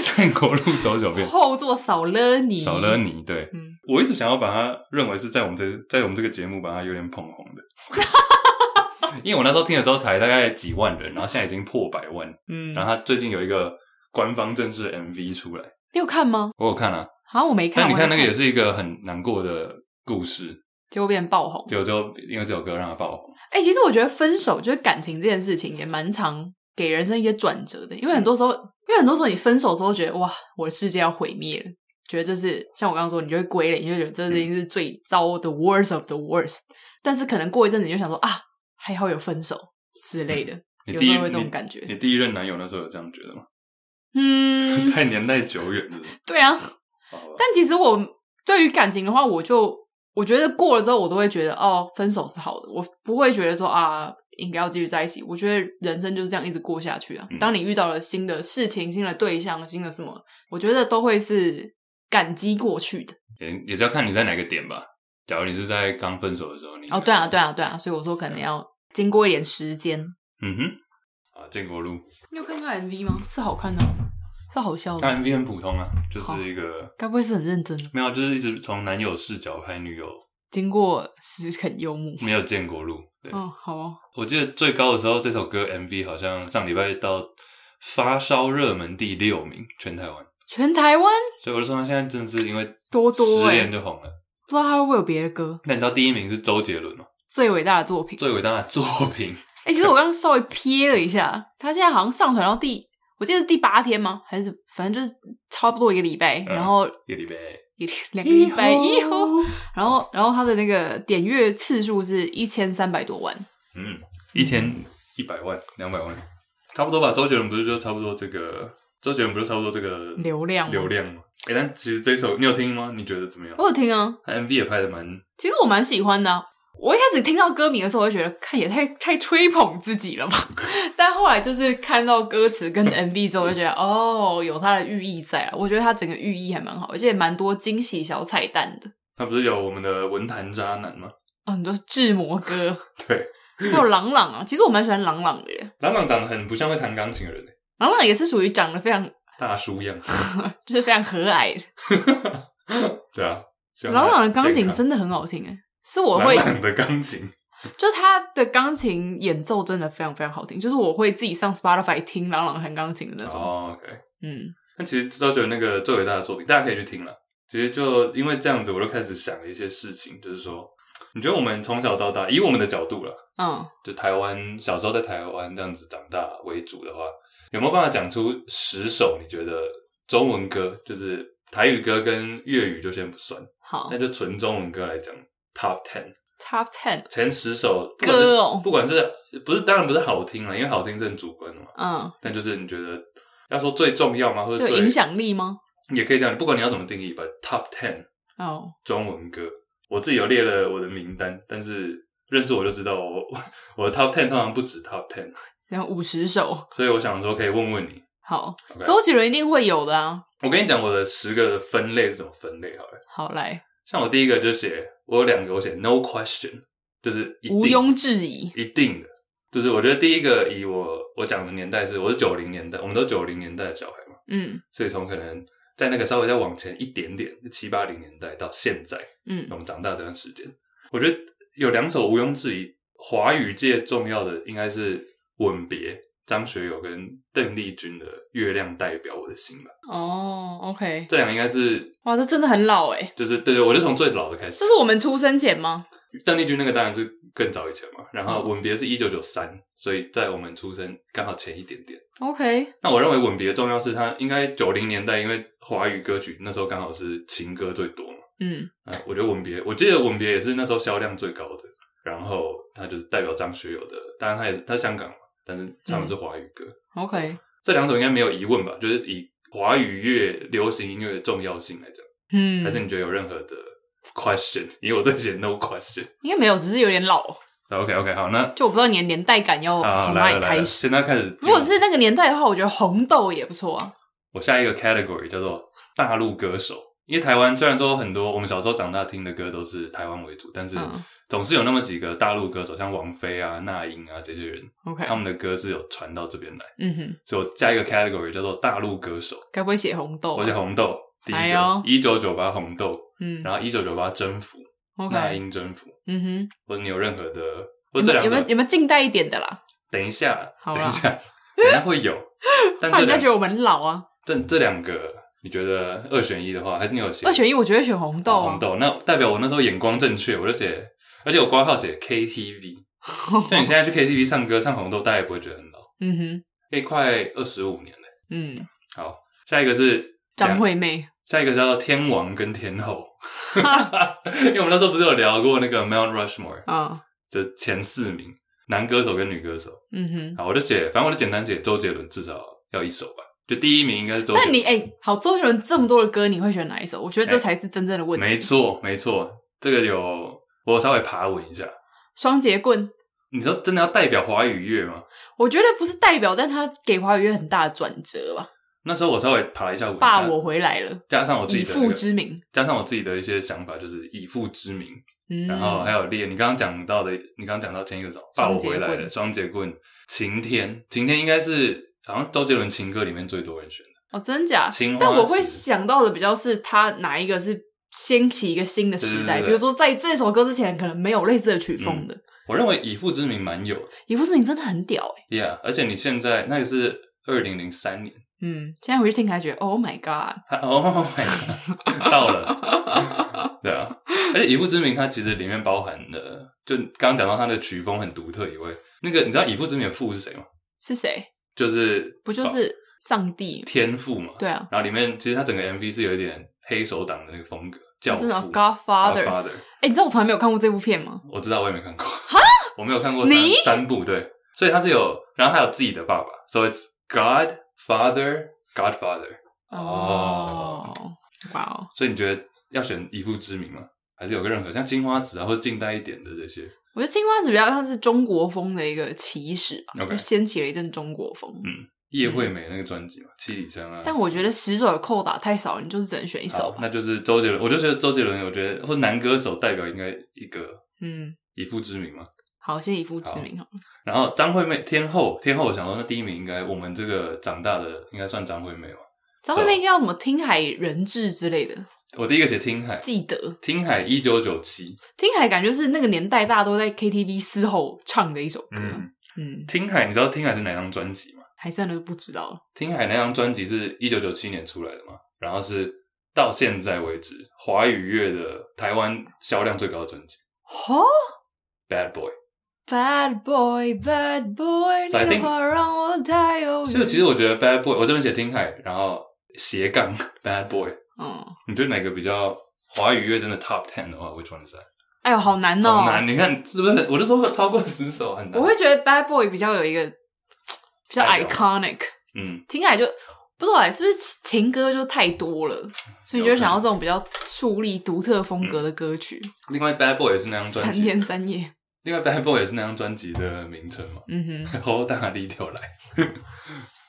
A: 建国路走九遍，
B: 后座少了你，
A: 少了，你。对，
B: 嗯
A: 我一直想要把它认为是在我们这在我们这个节目把它有点捧红
B: *laughs*
A: 的，因为我那时候听的时候才大概几万人，然后现在已经破百万，
B: 嗯，
A: 然后他最近有一个官方正式的 MV 出来，
B: 你有看吗？
A: 我有看啊，
B: 好像我没看，
A: 但你
B: 我还
A: 看
B: 在
A: 那个也，是一个很难过的故事，
B: 结果变爆红。
A: 结果就因为这首歌让他爆红，
B: 哎、其实我觉得分手就是感情这件事情也蛮常给人生一些转折的，因
A: 嗯
B: 为很多时候，因为很多时候你分手之后觉得哇，我的世界要毁灭了，觉得这是像我刚刚说，你就会归类，你就觉得这
A: 嗯
B: 已经是最糟的 worst of the worst。但是可能过一阵子你就想说啊，还好有分手之类的，
A: 嗯你
B: 有
A: 第
B: 时
A: 一
B: 候会这种
A: 你
B: 感
A: 你
B: 觉。
A: 第一任男友那时候有这样觉得吗？
B: 嗯，
A: 太年代久远了，
B: 对啊。
A: 好吧
B: 但其实我对于感情的话，我就我觉得过了之后，我都会觉得哦，分手是好的，我不会觉得说啊，应该要继续在一起。我觉得人生就是这样一直过下去啊。
A: 嗯
B: 当你遇到了新的事情、新的对象、新的什么，我觉得都会是感激过去的。
A: 也也是要看你在哪个点吧。假如你是在刚分手的时候，你
B: 哦，对啊，对啊，对啊，所以我说可能要经过一点时间。
A: 嗯哼，啊，建国路，
B: 你有看过 MV 吗？是好看的吗，是好笑
A: 那
B: 的吗，哦
A: MV 很普通啊，就是一个
B: 该不会是很认真的？
A: 没有，就是一直从男友视角拍女友，
B: 经过时肯幽默。
A: 没有建国路。对，
B: 嗯，好哦，
A: 我记得最高的时候，这首歌 MV 好像上礼拜到发烧热门第六名，全台湾。
B: 全台湾
A: 所以我就说，他现在真的是因为
B: 多多
A: 失
B: 哎、
A: 恋就红了。
B: 不知道他会不会有别的歌。
A: 那你知道第一名是周杰伦吗？
B: 最伟大的作品。
A: 最伟大的作品，
B: 哎、其实我刚刚稍微瞥了一下，他现在好像上传到第，我记得是第八天吗？还是反正就是差不多一个礼拜，
A: 嗯
B: 然后
A: 一礼拜，
B: 一两个礼拜以后，然后然后他的那个点阅次数是一千三百多万，
A: 嗯，一天一百万、两百万，差不多吧。周杰伦不是说差不多这个，周杰伦不是差不多这个
B: 流量啊吗
A: 流量吗？哎、但其实这首你有听吗？你觉得怎么样
B: 我？有听啊，
A: 他 MV 也拍的蛮，
B: 其实我蛮喜欢的啊、我一开始听到歌名的时候，我就觉得看也太太吹捧自己了吧。 *laughs* 但后来就是看到歌词跟 MV 之后，我就觉得哦，有它的寓意在啊了。我觉得它整个寓意还蛮好，而且蛮多惊喜小彩蛋的。
A: 他不是有我们的文坛渣男吗？
B: 哦，很多志摩歌，
A: *laughs* 对，
B: 还有朗朗啊。其实我蛮喜欢朗朗的耶，
A: 朗朗长得很不像会弹钢琴的人，欸
B: 朗朗也是属于长得非常
A: 大叔
B: *laughs*
A: 样。
B: 就是非常和蔼的。
A: 对啊，希望他
B: 朗朗的钢
A: 健
B: 琴
A: 康
B: 真的很好听诶，是我会
A: 朗朗的钢琴，
B: 就他的钢琴演奏真的非常非常好听，就是我会自己上 Spotify 听朗朗弹钢琴的那种。
A: 哦，OK。
B: 嗯，
A: 那其实周杰伦那个最伟大的作品，大家可以去听了。其实就因为这样子，我就开始想了一些事情，就是说，你觉得我们从小到大，以我们的角度啦，
B: 嗯，
A: 就台湾小时候在台湾这样子长大为主的话，有没有办法讲出十首？你觉得中文歌就是台语歌跟粤语就先不算，
B: 好
A: 那就纯中文歌来讲，Top Ten
B: ，Top Ten，
A: 前十首不管是
B: 歌哦
A: 不管是不是当然不是好听了，因为好听是很主观的嘛，
B: 嗯，
A: 但就是你觉得要说最重要吗？或者
B: 就
A: 最
B: 影响力吗？
A: 也可以这样，不管你要怎么定义吧。Top Ten
B: 哦，
A: 中文歌，我自己有列了我的名单，但是认识我就知道我， *laughs* 我的 Top Ten 通常不止 Top Ten，
B: 然后五十首，
A: 所以我想说可以问问你。
B: 好
A: OK
B: 周杰伦一定会有的啊。
A: 我跟你讲我的十个的分类是怎么分类好了。
B: 好，来，
A: 像我第一个就写，我有两个我写 No Question，就是一定
B: 毋庸置疑，
A: 一定的。就是我觉得第一个以我我讲的年代是我是九零年代，我们都九零年代的小孩嘛，
B: 嗯
A: 所以从可能在那个稍微再往前一点点，七八零年代到现在，
B: 嗯
A: 我们长大这段时间，我觉得有两首毋庸置疑，华语界重要的应该是《吻别》张学友跟邓丽君的《月亮代表我的心》吧。
B: 哦，OK，
A: 这两个应该是
B: 哇，这真的很老哎，
A: 就是对对，我就从最老的开始
B: 这。是我们出生前吗？
A: 邓丽君那个当然是更早以前嘛，然
B: 嗯
A: 后《吻别》是一九九三，所以在我们出生刚好前一点点。
B: OK，
A: 那我认为《吻别》重要是它应该九零年代，因为华语歌曲那时候刚好是情歌最多嘛。
B: 嗯，
A: 啊，我觉得吻别，我记得吻别也是那时候销量最高的，然后他就是代表张学友的，当然他也是他香港嘛，但是唱的
B: 嗯
A: 是华语歌，
B: ，OK，
A: 这两首应该没有疑问吧？就是以华语乐流行音乐的重要性来讲，
B: 嗯
A: 还，是你觉得有任何的 question？因为我在写 no
B: *laughs*
A: question。
B: 应该没有，只是有点老，
A: OK OK，好，那
B: 就我不知道你的年代感
A: 好
B: 要哦从哪
A: 啊来了
B: 里
A: 来了，
B: 开始。
A: 现在开始进入。
B: 如果是那个年代的话，我觉得红豆也不错啊。
A: 我下一个 category 叫做大陆歌手，因为台湾虽然说很多我们小时候长大听的歌都是台湾为主，但是
B: 嗯
A: 总是有那么几个大陆歌手，像王菲啊、那英啊这些人，
B: OK，
A: 他们的歌是有传到这边来，
B: 嗯哼，
A: 所以我加一个 category 叫做大陆歌手，
B: 该不会写红豆啊？
A: 我写红豆第
B: 哎
A: 一个
B: 呦，
A: 一九九八红豆，
B: 嗯
A: 然后一九九八征服，那
B: ，OK，
A: 英征服，
B: 嗯哼，
A: 或者你有任何的，或
B: 有
A: 者这
B: 没
A: 两
B: 有有没有
A: 首，
B: 有没有近代一点的啦？
A: 等一下，
B: 好啊
A: 等
B: 啦
A: 一下，等一下会
B: *laughs*
A: 有，但
B: 怕
A: 这
B: 人家觉
A: 两
B: 得我们很老啊。
A: 这这两个，你觉得二选一的话，还是你有写
B: 二选一，我觉得选红豆啊
A: 红。豆，哦那代表我那时候眼光正确，我就写，而且我挂号写
B: *laughs*
A: KTV，就你现在去 KTV 唱歌唱红豆，大家也不会觉得很老，
B: 嗯哼，
A: 可以快二十五年了。
B: 嗯，
A: 好，下一个是
B: 张，惠妹，
A: 下一个叫天王跟天
B: *laughs*
A: 后，因为我们那时候不是有聊过那个 Mount Rushmore
B: 啊，
A: 这前四名男歌手跟女歌手，
B: 嗯哼。
A: 好，我就写，反正我就简单写周杰伦，至少要一首吧，就第一名应该是周杰
B: 那
A: 伦，
B: 你哎，好，周杰伦这么多的歌，你会选哪一首？我觉得这
A: 哎
B: 才是真正的问题。
A: 没，错没错，这个有我稍微爬文一下，
B: 双截棍，
A: 你说真的要代表华语乐吗？
B: 我觉得不是代表，但他给华语乐很大的转折吧。
A: 那时候我稍微爬了一下文，
B: 爸，
A: 加
B: 我回来了，
A: 加上我自己
B: 以
A: 的、那
B: 父
A: 个
B: 之名。
A: 加上我自己的一些想法，就是以父之名，
B: 嗯，
A: 然后还有列你刚刚讲到的，你刚刚讲到前一个什么“爸，我
B: 双截
A: 回来了”、“
B: 棍
A: 双截棍”、“晴天”，晴天应该是好像是周杰伦情歌里面最多人选的，
B: 哦，真假？
A: 青花
B: 但我会
A: 瓷
B: 想到的比较是他哪一个是掀起一个新的时
A: 对对
B: 代，
A: 对对嗯
B: 比如说在这首歌之前可能没有类似的曲风的。
A: 我认为以父之名蛮有的
B: 以父之名真的很屌哎、
A: ，Yeah，而且你现在那个是二零零三年， *laughs*
B: 嗯，现在回去听还觉得 Oh my God，
A: 他哦、my God，到了， *laughs* 对啊，而且以父之名它其实里面包含了，就刚刚讲到它的曲风很独特以外，那个你知道以父之名的父是谁吗？
B: 是谁？
A: 就是哦
B: 不就是上帝，
A: 天赋嘛。
B: 对啊，
A: 然后里面其实它整个 MV 是有一点黑手党的那个风格，教父
B: 真的啊 Godfather。哎、
A: Godfather
B: 你知道我从来没有看过这部片吗？
A: 我知道，我也没看过， *laughs* 我没有看过三
B: 你
A: 三部，对，所以他是有，然后还有自己的爸爸，so it's God Father Godfather。哦，
B: 哇哦，
A: 所以你觉得要选一父之名吗？还是有个任何像金花子啊，或者近代一点的这些？
B: 我觉得青花子比较像是中国风的一个起始吧
A: OK
B: 就掀起了一阵中国风。
A: 嗯叶惠美那个专辑嘛，七里香啊。
B: 但我觉得十首的扣打太少了，你就是只能选一首
A: 好，
B: 吧。
A: 那就是周杰伦，我就觉得周杰伦，我觉得或男歌手代表应该一个
B: 嗯，
A: 以父之名嘛。
B: 好，先以父之名好了。
A: 然后张惠妹天后，天后我想说，那第一名应该我们这个长大的应该算张惠妹吧。
B: 张惠妹应该要什么听海人质之类的，
A: 我第一个写听海，
B: 记得
A: 听海一九九七，
B: 听海感觉是那个年代大家都在 KTV 嘶吼唱的一首歌。嗯，
A: 嗯，听海，你知道听海是哪张专辑吗？
B: 还真的不知道了。
A: 听海那张专辑是一九九七年出来的嘛，然后是到现在为止华语乐的台湾销量最高的专辑
B: 哦、
A: 《Bad Boy
B: b a d boy, bad boy，
A: So I
B: 你
A: think-
B: 的话让我太犹》。
A: 所以
B: 豫。
A: 其实我觉得《Bad Boy》，我这边写听海，然后斜杠 Bad Boy，
B: 嗯，
A: 你觉得哪个比较华语乐真的 Top Ten 的话，Which one is that？
B: 哎呦，好难哦、
A: 好难，你看是不是？我就说超过十首很难。
B: 我会觉得 Bad Boy 比较有一个比较
A: 代表
B: iconic，
A: 嗯，
B: 听起来就不知道哎，是不是情歌就太多了，所以你就
A: 有可能
B: 会想要这种比较树立独特风格的歌曲。
A: 另外《Bad Boy》也是那张
B: 三
A: 专辑，
B: 天三夜，
A: 另外《Bad Boy》也是那张专辑的名称嘛。
B: 嗯哼，
A: 好大力条来， *laughs*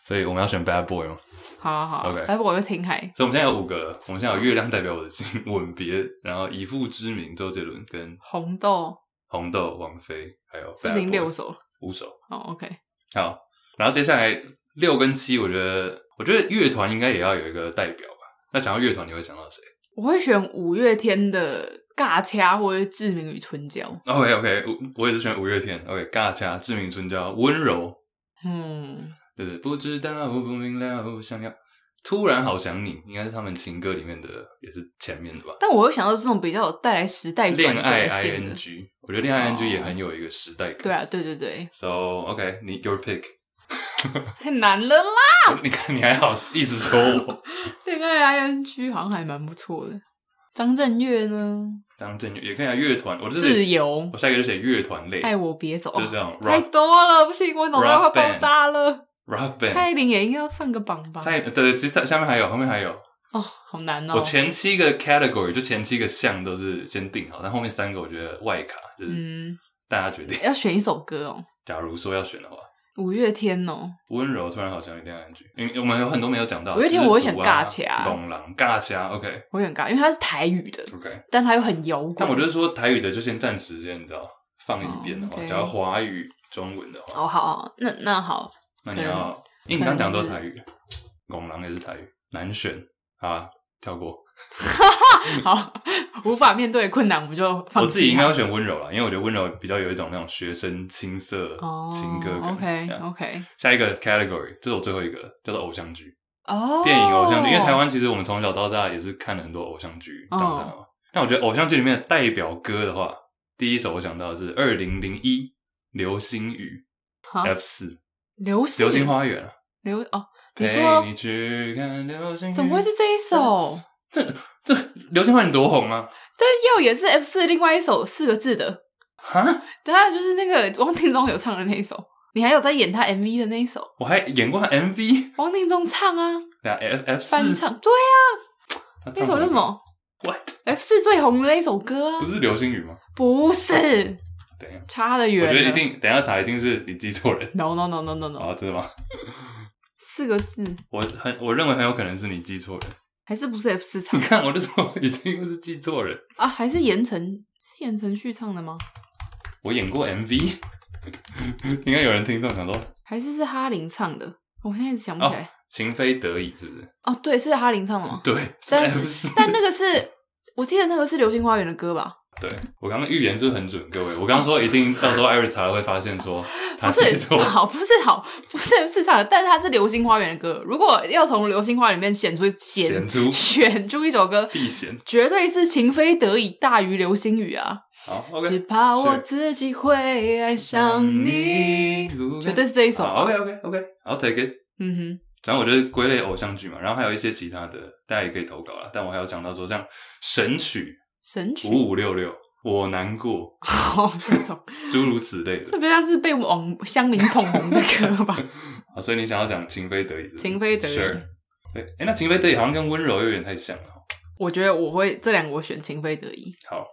A: 所以我们要选 Bad Boy 嘛。
B: 好啊好好
A: OK
B: ，Bad Boy 就听海，
A: 所以我们现在有五个了，我们现在有月亮代表我的心， *laughs* 吻别，然后以父之名，周杰伦跟
B: 红豆
A: 红豆、王菲，还有
B: 是不是
A: Bad
B: 已经
A: Boy，
B: 六首了？
A: 五首。
B: 哦，OK，
A: 好，然后接下来六跟七，我觉得我觉得乐团应该也要有一个代表吧。那想到乐团，你会想到谁
B: 我会选五月天的《尬掐》或者《志明与春娇》。
A: ？OK OK，我我也是选五月天。OK，尬掐、志明、春娇、温柔，
B: 嗯，
A: 就是不知道、不明了、想要。突然好想你，应该是他们情歌里面的，也是前面的吧。
B: 但我又想到这种比较有带来时代转
A: 恋爱
B: 折性的，
A: ing，我觉得恋爱 ing
B: 哦
A: 也很有一个时代感。
B: 对啊，对对对，
A: So OK，你 your pick，、
B: 太难了啦。
A: 你看你还好意思说我
B: 恋爱 ing 好像还蛮不错的。张震岳呢？
A: 张震岳也可以啊，乐团，我就是
B: 自由
A: 我，下一个就写乐团类，
B: 爱我别走，
A: 就是这样
B: 太
A: ，rock
B: 多了，不行，我脑袋
A: rock
B: 快爆炸了。
A: rock
B: 蔡
A: band。
B: 依林也应该要上个榜吧？
A: 在对，其实下面还有，后面还有。
B: 哦，好难哦
A: 我。前七个 category 就前七个项都是先定好，但后面三个我觉得外卡就是
B: 嗯，
A: 大家决定。
B: 要选一首歌哦，
A: 假如说要选的话，
B: 五月天哦，
A: 温柔突然好像有恋爱 ing，因为我们有很多没有讲到。
B: 五月天我会
A: 知足啊
B: 选尬掐
A: 龙狼尬掐，OK
B: 我有点尬，因为它是台语的，
A: OK。
B: 但它又很摇滚。
A: 但我就得说台语的就先暂时先你知道放一边的
B: 哦
A: 话，
B: ，OK
A: 只要华语、中文的话，
B: 哦，好好，那那好， *laughs*
A: 那你要，因为你刚讲都是台
B: 嗯
A: 语，拱狼也是台语，难选好啊，跳过。
B: 好，无法面对的困难，我们就放
A: 我自己应该要
B: 弃
A: 选温柔啦，因为我觉得温柔比较有一种那种学生青涩
B: 它哦
A: 情歌感。
B: OK
A: 这样
B: OK，
A: 下一个 category，这是我最后一个了，叫做偶像剧、
B: 哦，
A: 电影偶像剧。因为台湾其实我们从小到大也是看了很多偶像剧
B: 哦
A: 长大嘛。但我觉得偶像剧里面的代表歌的话，第一首我想到的是二零零一《流星雨
B: 好
A: F 四》。
B: 流
A: 《
B: 星
A: 流星花园》啊，
B: 流哦，你
A: 陪
B: 说
A: 你去看流星雨，
B: 怎么会是这一首？
A: 这这《流星花园》多红啊？
B: 但又也是 F 四另外一首四个字的，
A: 哈，
B: 对啊，就是那个汪定中有唱的那一首，你还有在演他 MV 的那一首，
A: 我还演过他 MV，
B: 汪定中唱啊，
A: 对啊，F F 四
B: 翻，唱，对啊，
A: 他
B: 那
A: 唱
B: 首是什么
A: ？What？
B: ？F 四最红的那一首歌啊
A: 不，是流星雨吗？
B: 不是，
A: 等一下，
B: 差得
A: 我
B: 远了，
A: 觉得一定，等一下查一定是你记错人
B: no no no no no no，
A: 啊，真的吗？
B: 四个字
A: 我很我认为很有可能是你记错人，
B: 还是不是 F 四唱
A: 你 *laughs* 看我就说一定是记错人，
B: 啊？还是言承是言承旭唱的吗？
A: 我演过 MV，应该有人听众想说
B: 还是是哈林唱的？我现在一直想不起来。
A: 情非得已是不是？
B: 哦，对，是哈林唱的吗？
A: 对，是
B: 但
A: F
B: 是
A: 四。
B: 但那个是我记得那个是《流星花园》的歌吧？
A: 对我刚刚预言是不是很准，各位，我刚刚说一定到时候艾瑞查了会发现
B: *laughs*
A: 说他
B: 不
A: 记
B: 是
A: 错，
B: 好，不是好，不是市场的，但是它是《流星花园》的歌。如果要从《流星花园》里面选出
A: 显
B: 选
A: 出
B: 选出一首歌，
A: 避嫌。
B: 绝对是情非得已大于流星雨啊！
A: 好
B: 只
A: ，OK，
B: 怕我
A: 是
B: 自己会爱上你，绝对是这一首。
A: OK OK OK，I'll take it。
B: 嗯
A: 反正我就是归类偶像剧嘛，然后还有一些其他的，大家也可以投稿啦。但我还有讲到说，像《神曲
B: 神》曲
A: 五五六六，我难过，
B: 好这 *laughs* 种，
A: 诸如此类的
B: 这比较是被网乡民捧红的歌 *laughs* 吧？
A: 啊。所以你想要讲情非得已是不是，
B: 情非得已
A: Sure 对，哎，那情非得已好像跟温柔又有点太像了。
B: 我觉得我会这两个我选情非得已，
A: 好，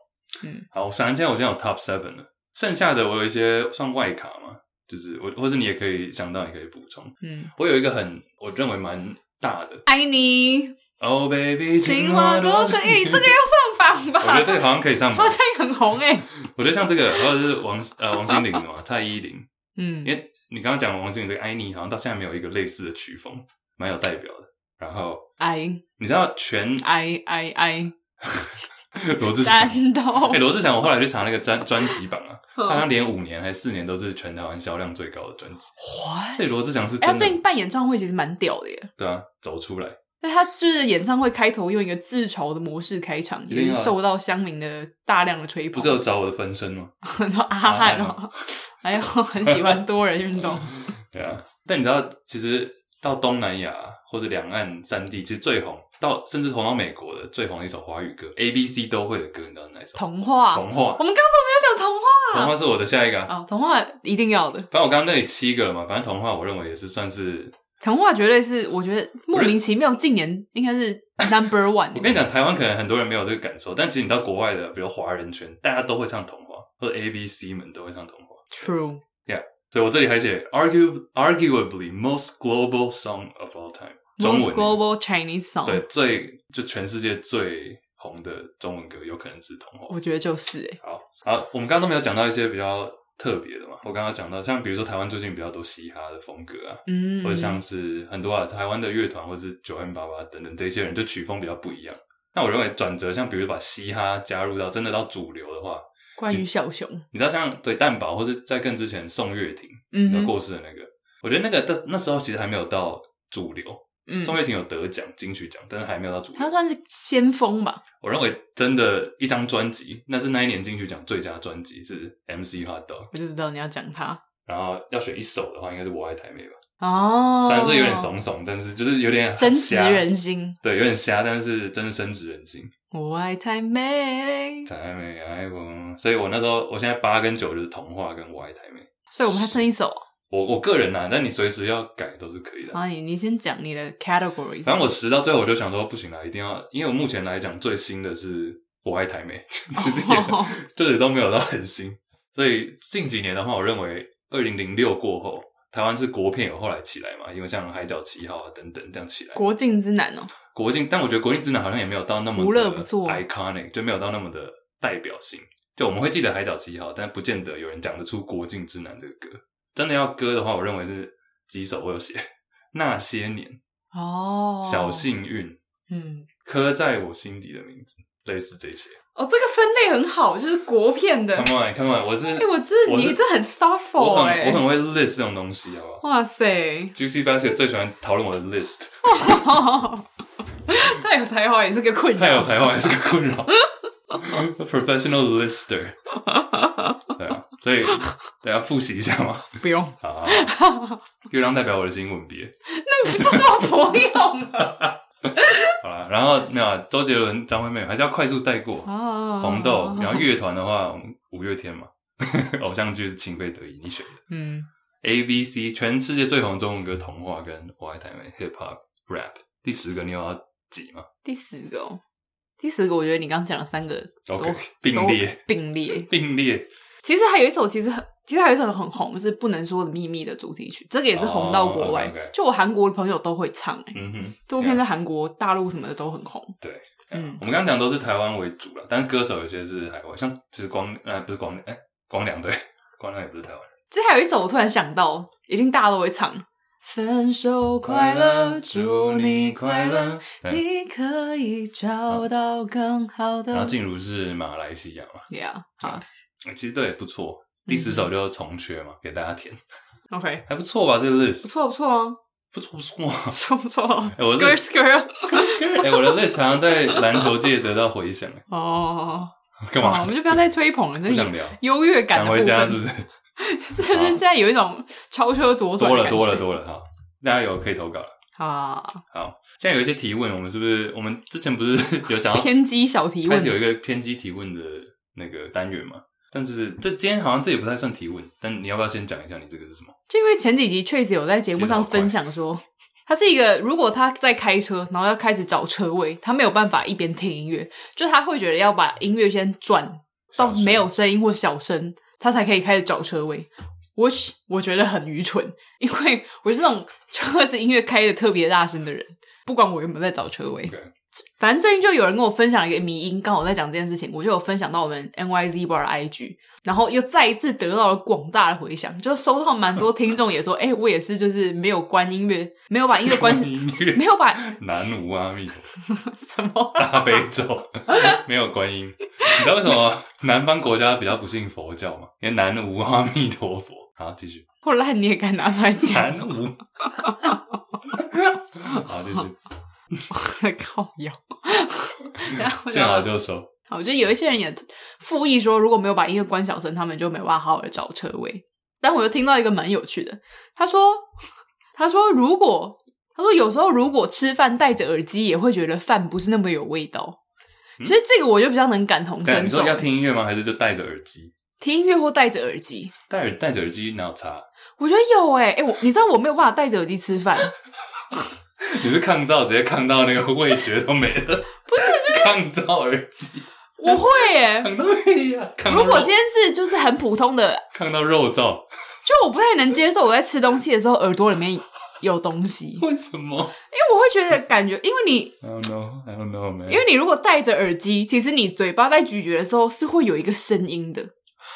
B: 嗯，
A: 好，反正现在我现在有 top seven 了，剩下的我有一些算外卡嘛，就是我，或是你也可以想到，你可以补充。
B: 嗯，
A: 我有一个很我认为蛮大的
B: 爱你，
A: ，Oh baby，
B: 情话多说，哎、这个要上榜 *laughs*
A: *laughs*
B: 吧？
A: 我觉得这个好像可以上
B: 好
A: 榜。
B: 像很红 *laughs* 哎、
A: 我觉得像这个，或者是王呃王心凌的嘛，蔡依林，
B: 嗯
A: 因为你刚刚讲王心凌这个《爱你》，好像到现在没有一个类似的曲风，蛮有代表的。然后
B: ，I
A: 你知道全
B: I I I
A: 罗志祥，
B: 战 *laughs* 斗
A: 哎、，罗志祥，我后来去查那个专专辑榜啊，他好像
B: 嗯
A: 连五年还是四年都是全台湾销量最高的专辑，
B: What？
A: 所以罗志祥是
B: 哎、他
A: 真的、
B: 最近办演唱会其实蛮屌的耶，
A: 对啊，走出来。
B: 但他就是演唱会开头用一个自嘲的模式开场，
A: 一定
B: 也
A: 要
B: 是受到乡民的大量的吹
A: 不
B: 捧
A: 是。啊有找我的分身吗？
B: 很 *laughs* 多阿汉哦，哎呦，很喜欢多人运
A: *laughs*
B: 动。
A: 对啊，但你知道，其实到东南亚或者两岸三地，其实最红到甚至红到美国的最红的一首华语歌，A B C 都会的歌，你知道哪一首？
B: 童话，
A: 童话
B: 我，们刚刚都没有讲童话
A: 童话是我的下一个、啊。
B: 啊、哦，童话一定要的，
A: 反正我刚刚那里七个了嘛，反正童话我认为也是算是。
B: 童话绝对是我觉得莫名其妙，近年应该
A: *laughs*
B: 是 number
A: 我
B: one
A: 跟你讲，台湾可能很多人没有这个感受，但其实你到国外的，比如华人圈，大家都会唱童话，或者 A B C 们都会唱童话。
B: true。
A: 所以我这里还写 argue arguably most global song of all time，中
B: Most
A: 文
B: global Chinese song，
A: 对，最就全世界最红的中文歌，有可能是童话。
B: 我觉得就是哎、
A: 好，好，我们刚刚都没有讲到一些比较特别的嘛。我刚刚讲到，像比如说台湾最近比较多嘻哈的风格啊，
B: 嗯，
A: 或者像是很多啊台湾的乐团，或是九 N 八八等等这些人，就曲风比较不一样。那我认为转折，像比如把嘻哈加入到真的到主流的话，
B: 关于小熊，
A: 你知道像对蛋堡，或是在更之前宋岳庭
B: 嗯
A: 要
B: 哼
A: 过世的那个，我觉得那个那那时候其实还没有到主流。
B: 嗯，
A: 宋岳庭有得奖金曲奖，但是还没有到主流。
B: 他算是先锋吧，
A: 我认为真的，一张专辑，那是那一年金曲奖最佳专辑是 MC Hot Dog，
B: 我就知道你要讲他
A: 然后要选一首的话，应该是我爱台妹吧。
B: 哦，
A: 虽然是有点怂怂，但是就是有 *laughs* 点
B: 深植
A: 瞎
B: 人，心。
A: 对，有点瞎，但是真的深植人心。
B: 我爱太美，
A: 台妹爱我，所以我那时候，我现在八跟九就是童话跟我爱台妹。
B: 所以我们还剩一首。
A: 我我个人啊，但你随时要改都是可以的。
B: 好，你你先讲你的 categories。
A: 反正我十到最后我就想说不行了，一定要，因为我目前来讲最新的是我爱台妹， *laughs* 其实也、
B: 哦
A: 就是都没有到很新。所以近几年的话，我认为二零零六过后，台湾是国片有后来起来嘛，因为像《海角七号》啊等等这样起来。
B: 国境之南哦，
A: 国境，但我觉得国境之南好像也没有到那么的
B: 无乐不作
A: iconic，就没有到那么的代表性。就我们会记得《海角七号》，但不见得有人讲得出《国境之南》这个歌。真的要歌的话，我认为是几首我有写《那些年》
B: 哦，
A: 小，幸运》。
B: 嗯，
A: 刻在我心底的名字，类似这些。
B: 哦，这个分类很好，就是国片的。
A: Come on，Come on，我是
B: 哎，我真的，
A: 我是
B: 你这很 thoughtful
A: 我
B: 哎
A: 很，我很会 list 这种东西，好不好
B: 哇塞，
A: ？Juicy Basket 最喜欢讨论我的 list，
B: 太有才华也是个困扰，
A: 太有才华也是个困扰。Professional lister，对啊，所以大家复习一下嘛。
B: 不用，
A: 好好好，月亮代表我的心，吻别。
B: 那不就是我朋友吗？
A: 好了，然后没有啊周杰伦、张惠妹，还是要快速带过。*laughs*
B: 啊
A: 红豆，然后乐团的话，我们五月天嘛。 *laughs* 偶像剧是情非得已，你选的。
B: 嗯，
A: A B C 全世界最红的中文歌童话跟我爱台妹 hip hop rap 第十个你有要挤吗
B: 第十个哦，第十个，我觉得你刚讲了三个都
A: ？OK 并列
B: 都并列，
A: 并列
B: 其实还有一首，其实很，其实还有一首很红，是《不能说的秘密》的主题曲，这个也是红到国外
A: 哦，OK，OK
B: 就我韩国的朋友都会唱、欸。
A: 嗯哼
B: 这部片在韩国、大陆什么的都很红。
A: 对，
B: 嗯
A: 我们刚刚讲都是台湾为主了，但是歌手有些是海外，像其实光呃不是光哎、光良对 *laughs* 光良也不是台湾人，
B: 这还有一首，我突然想到，一定大家都会唱。分手快乐，祝你快乐，，
A: 对
B: 你可以找到更好
A: 然后
B: 的。
A: 静茹是马来西亚嘛，
B: Yeah，好
A: 哎其实都也不错。第十首就重缺嘛，给大家填，
B: ，OK，
A: 还不错吧？这个
B: 不
A: list
B: 错不错哦， *laughs*
A: 不错不错。 *laughs*
B: 不错不错哦。
A: 哎我
B: Skirt skirt，
A: 哎，我的 list 好像在篮球界得到回响，
B: 哦，
A: 干
B: 好
A: 嘛
B: 我？们就不要再吹捧了，
A: 不
B: 这
A: 想
B: 是
A: 聊，
B: 优越感
A: 想
B: 的部
A: 回
B: 分。
A: 家是不
B: *laughs*
A: 是？
B: 是不是现在有一种超车左转
A: 多
B: 的
A: 了
B: 感觉
A: 多了多了哈！好大家有可以投稿了。
B: 啊，
A: 好，现在有一些提问，我们是不是我们之前不
B: *laughs*
A: 是有想要
B: 偏激小提
A: 开
B: 问
A: 始有一个偏激提问的那个单元嘛？但是这今天好像这也不太算提问，但你要不要先讲一下你这个是什么？
B: 就因为前几集 Chase 有在节目上分享说，他是一个如果他在开车，然后要开始找车位，他没有办法一边听音乐，就他会觉得要把音乐先转到
A: 小声
B: 没有声音或小声，他才可以开始找车位。我我觉得很愚蠢，因为我是那种 *laughs* 车子音乐开的特别大声的人，不管我有没有在找车位
A: OK。，
B: 反正最近就有人跟我分享一个迷音，刚好在讲这件事情，我就有分享到我们 NYZ Bar 的 IG，然后又再一次得到了广大的回响，就收到蛮多听众也说，哎、 *laughs* 我也是，就是没有关音乐，没有把音乐关
A: 音乐
B: 没有把
A: 南无阿弥
B: 什么 *laughs*
A: 大悲咒， *laughs* 没有观音。你知道为什么南方国家比较不信佛教吗？因为南无阿弥陀佛。好，继续
B: 破烂你也敢拿出来讲，
A: 南无。 *laughs* 好，继续
B: *laughs* 靠腰。然后我
A: 见哎好
B: 就
A: 就收。
B: 好，就有一些人也附议说，如果没有把音乐关小声，他们就没办法好好的找车位。但我又听到一个蛮有趣的，他说，他说如果他说有时候如果吃饭戴着耳机，也会觉得饭不是那么有味道。
A: 嗯
B: 其实这个我就比较能感同
A: 但你
B: 身
A: 说
B: 受，欸
A: 要听音乐吗？还是就戴着耳机？
B: 听音乐或戴着耳机，
A: 戴耳戴着耳机哪有差？
B: 我觉得有哎、欸、我你知道我没有办法戴着耳机吃饭，
A: 你是抗噪，直接抗到那个味觉都没了。
B: *laughs*
A: 不是，就是抗噪耳机，
B: 我会
A: *laughs*
B: 哎、
A: 抗到对呀，抗到
B: 如果
A: 肉，
B: 今天是就是很普通的，
A: 抗到肉燥，
B: 就我不太能接受我在吃东西的时候耳朵里面有东西，因
A: 为什么
B: 为我会觉得感觉，因为你
A: ？I don't know, I don't know, man。
B: 因为你如果戴着耳机，其实你嘴巴在咀嚼的时候是会有一个声音的，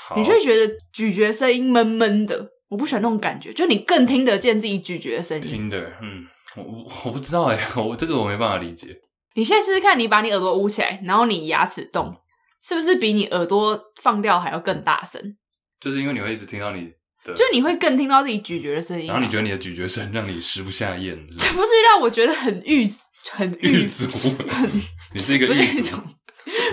A: 好
B: 你就会觉得咀嚼声音闷闷的。我不喜欢那种感觉，就你更听得见自己咀嚼的声音。
A: Tinder，嗯，我我我不知道哎、 *laughs* 我这个我没办法理解。
B: 你现在试试看，你把你耳朵捂起来，然后你牙齿动，是不是比你耳朵放掉还要更大声？
A: 就是因为你会一直听到你的，
B: 就你会更听到自己咀嚼的声音啊、
A: 然后你觉得你的咀嚼声让你食不下咽，是
B: *laughs* 这
A: 吧？
B: 不是让我觉得很郁、 *laughs* 很
A: *laughs* 狱
B: 郁、 *laughs*
A: 卒，你是一个
B: 不是
A: 狱
B: 那
A: 卒
B: 种，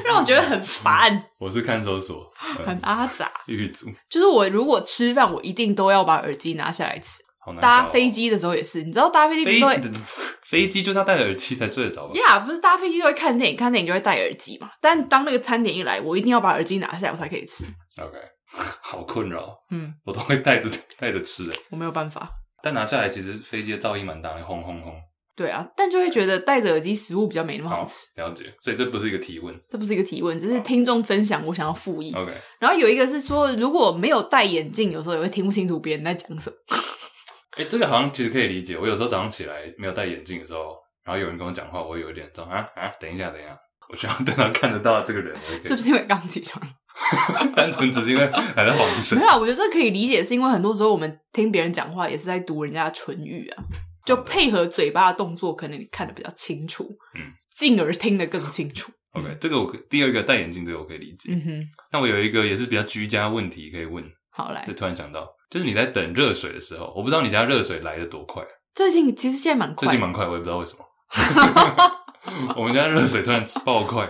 B: 让我觉得很烦、
A: 我是看守所，
B: 很
A: 嗯
B: 阿杂。
A: 狱卒，
B: 就是我如果吃饭，我一定都要把耳机拿下来吃。
A: 好难、哦。
B: 搭飞，机的时候也是，你知道搭飞机不
A: 飞
B: 是都会。
A: 飞机就是要戴着耳机才睡得着吧？
B: 呀不是搭飞机都会看电影，看电影就会戴耳机嘛。但当那个餐点一来，我一定要把耳机拿下来，我才可以吃。
A: OK，好 *laughs* 困扰，
B: 嗯，
A: 我都会带着 *laughs* 带着吃的，
B: 我没有办法。
A: 但拿下来其实飞机的噪音蛮大的，轰轰轰。
B: 对啊，但就会觉得戴着耳机食物比较没那么好
A: 好
B: 吃。，
A: 了解，所以这不是一个提问。
B: 这不是一个提问，只是听众分享，我想要复议。
A: OK，
B: 然后有一个是说，如果没有戴眼镜，有时候也会听不清楚别人在讲什么。
A: 哎、这个好像其实可以理解。我有时候早上起来没有戴眼镜的时候，然后有人跟我讲话，我会有一点这种啊啊，等一下，等一下，我需要等到看得到这个人，我
B: 是不是因为刚起床？ *laughs*
A: 是？ *laughs* 单纯只是因为还在晃神
B: 没。有啊，我觉得这可以理解，是因为很多时候我们听别人讲话也是在读人家的唇语啊，就配合嘴巴的动作，可能你看得比较清楚，
A: 嗯，
B: 进而听得更清
A: *laughs*
B: 楚。
A: OK，这个我可第二个戴眼镜，这个我可以理解。
B: 嗯哼，
A: 那我有一个也是比较居家问题可以问，
B: 好来
A: 就，突然想到，就是你在等热水的时候，我不知道你家热水来的多快，
B: 最近其实现在蛮
A: 最
B: 快
A: 近
B: 的，
A: 蛮快，我也不知道为什
B: *laughs*
A: 么。我们家热水突然爆快，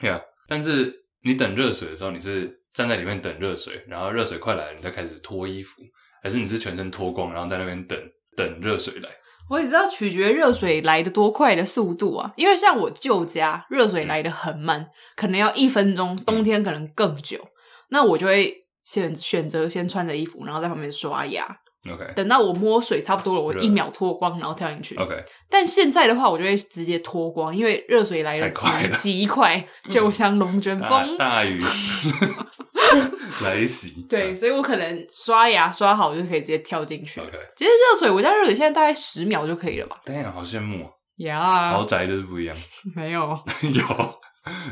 A: 呀、但是你等热水的时候，你是站在里面等热水，然后热水快来了，你再开始脱衣服，还是你是全身脱光，然后在那边等等热水来？
B: 我也知道取决热水来的多快的速度啊，因为像我舅家热水来的很
A: 嗯
B: 慢，可能要一分钟，冬天可能更久，那我就会选选择先穿着衣服，然后在旁边刷牙， *laughs*
A: OK
B: 等到我摸水差不多了，我
A: 热
B: 一秒脱光，然后跳进去。
A: OK，
B: 但现在的话，我就会直接脱光，因为热水来了
A: 太快了嗯
B: 极极快，就像龙卷
A: 大
B: 风。
A: 大
B: *laughs*
A: 雨 *laughs* 来袭，
B: 对，所以我可能刷牙刷好就可以直接跳进去。
A: ，OK，
B: 其实热水，我家热水现在大概十秒就可以了吧？
A: 当然好羡慕哦，
B: 呀、
A: 豪宅就是不一样。
B: 没有，
A: *laughs* 有，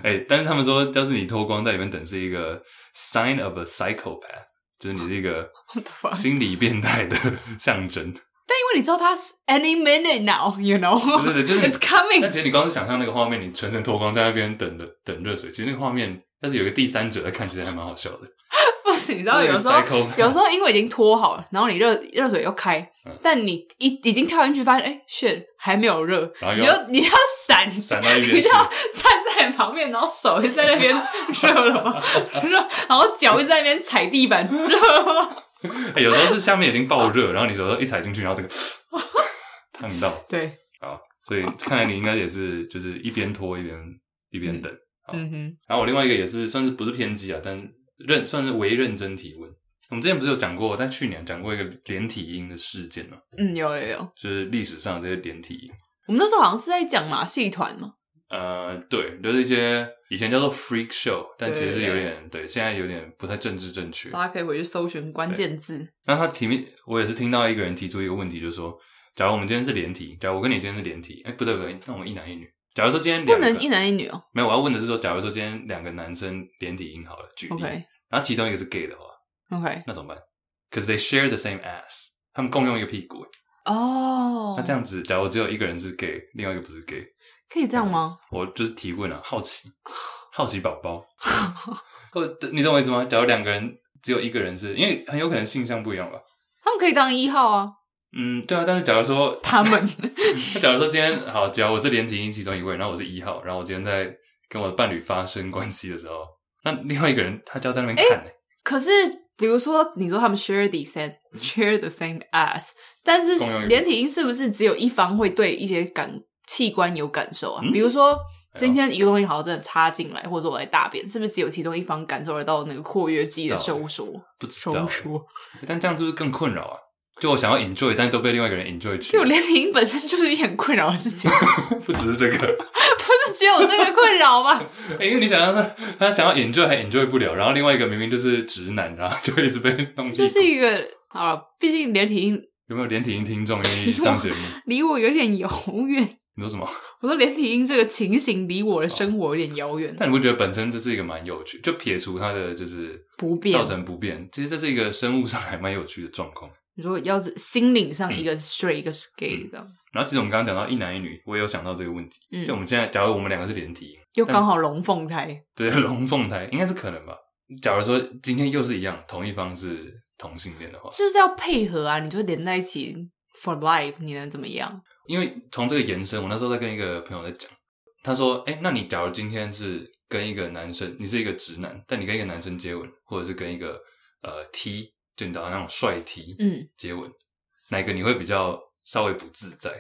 A: 哎、但是他们说，要是你脱光在里面等，是一个 sign of a psychopath，就是你是一
B: *laughs*
A: 个
B: What the fuck？
A: 心理变态的 *laughs* 象征。
B: 因为你知道它是 any minute
A: 对
B: now，you know，
A: 对对，就是你
B: *laughs* it's。coming
A: 但其实你光是想象那个画面，你全身脱光在那边等的等热水，其实那个画面，但是有一个第三者在看，其实还蛮好笑的。
B: 不是，你知道有时候
A: 那个 psychopath
B: 有时候因为已经脱好了，然后你热热水又开
A: 嗯，
B: 但你一已经跳进去，发现哎、shit 还没有热，
A: 然后
B: 你
A: 又要
B: 就你就要闪
A: 闪到一
B: 你
A: 边
B: 就
A: 去，
B: 站在旁边，然后手就在那
A: *laughs*
B: 边热了吗？热，然后脚就在那边踩地
A: *laughs*
B: 板，热了吗？ *laughs*
A: 哎有时候是下面已经爆热，然后你手一踩进去，然后这个。呛到。
B: 对，
A: 好，所以看来你应该也是就是一边拖一边一边等。好
B: 嗯哼，
A: 然后我另外一个也是算是不是偏激啊，但认算是为认真提问。我们之前不是有讲过，但去年讲过一个连体婴的事件呢、
B: 嗯，有有有，
A: 就是历史上的这些连体婴。
B: 我们那时候好像是在讲马戏团嘛，
A: 呃，对，就是一些以前叫做 freak show，但其实是
B: 对
A: 有点对，现在有点不太政治正确。
B: 大家可以回去搜寻关键字。
A: 那他提面，我也是听到一个人提出一个问题，就是说，假如我们今天是连体，假如我跟你今天是连体，哎，不对不对，那我们一男一女。假如说今天
B: 不
A: 两个
B: 能一男一女哦、
A: 没有，我要问的是说，假如说今天两个男生连体婴好了，举例
B: OK
A: 然后其中一个是 gay 的话，
B: OK，
A: 那怎么办？Cause they share the same ass，他们共用一个屁股。
B: 哦、
A: 那这样子，假如只有一个人是 gay，另外一个不是 gay，
B: 可以这样吗？
A: 我就是提问啊，好奇，好奇宝宝，或者你懂我意思吗？假如两个人只有一个人是，因为很有可能性向不一样吧。
B: 他们可以当一号啊，
A: 嗯，对啊，但是假如说，
B: 他们
A: 那假如说今天好，假如我是连体婴其中一位，然后我是一号，然后我今天在跟我的伴侣发生关系的时候，那另外一个人他就要在那边看、欸，
B: 可是，比如说，你说他们 share the same share the same ass，但是
A: 嗯共用一个
B: 连体婴是不是只有一方会对一些感器官有感受啊？
A: 嗯
B: 比如说，今天一个东西好像真的插进来，或者我来大便，是不是只有其中一方感受得到那个括约肌的收缩？
A: 不知道
B: 收
A: 欸、
B: 缩，
A: 但这样是不是更困扰啊？就我想要 enjoy，但都被另外一个人 enjoy 去
B: 就，连体婴本身就是一件很困扰的事情，
A: *laughs*
B: *laughs*
A: 不只是这个，
B: 不是只有这个困
A: *laughs*
B: 扰吧？
A: 欸因为你想要他他想要 enjoy 还 enjoy 不了，然后另外一个明明就是直男，然后就一直被弄屁股。
B: 就是一个啊，毕竟连体婴
A: 有没有连体婴听众愿意上
B: *laughs*
A: 节目？
B: 离我有点遥远。
A: 你说什么？ *laughs*
B: 我说连体婴这个情形离我的生活有点遥远，
A: 但你不觉得本身这是一个蛮有趣？就撇除它的就是
B: 不变
A: 造成不便，其实这是一个生物上还蛮有趣的状况。
B: 你说要是心灵
A: 嗯
B: 上一个是 straight 一个是 gay 这样，
A: 然后其实我们刚刚讲到一男一女，我也有想到这个问题。
B: 嗯
A: 就我们现在，假如我们两个是连体婴，
B: 又刚好龙凤胎，
A: 对龙凤胎应该是可能吧？假如说今天又是一样，同一方是同性恋的话，
B: 就是要配合啊，你就连在一起 for life，你能怎么样？
A: 因为从这个延伸，我那时候在跟一个朋友在讲，他说：“哎、那你假如今天是跟一个男生，你是一个直男，但你跟一个男生接吻，或者是跟一个呃 T，就你知道那种帅 T
B: 嗯，
A: 接吻，哪一个你会比较稍微不自在？”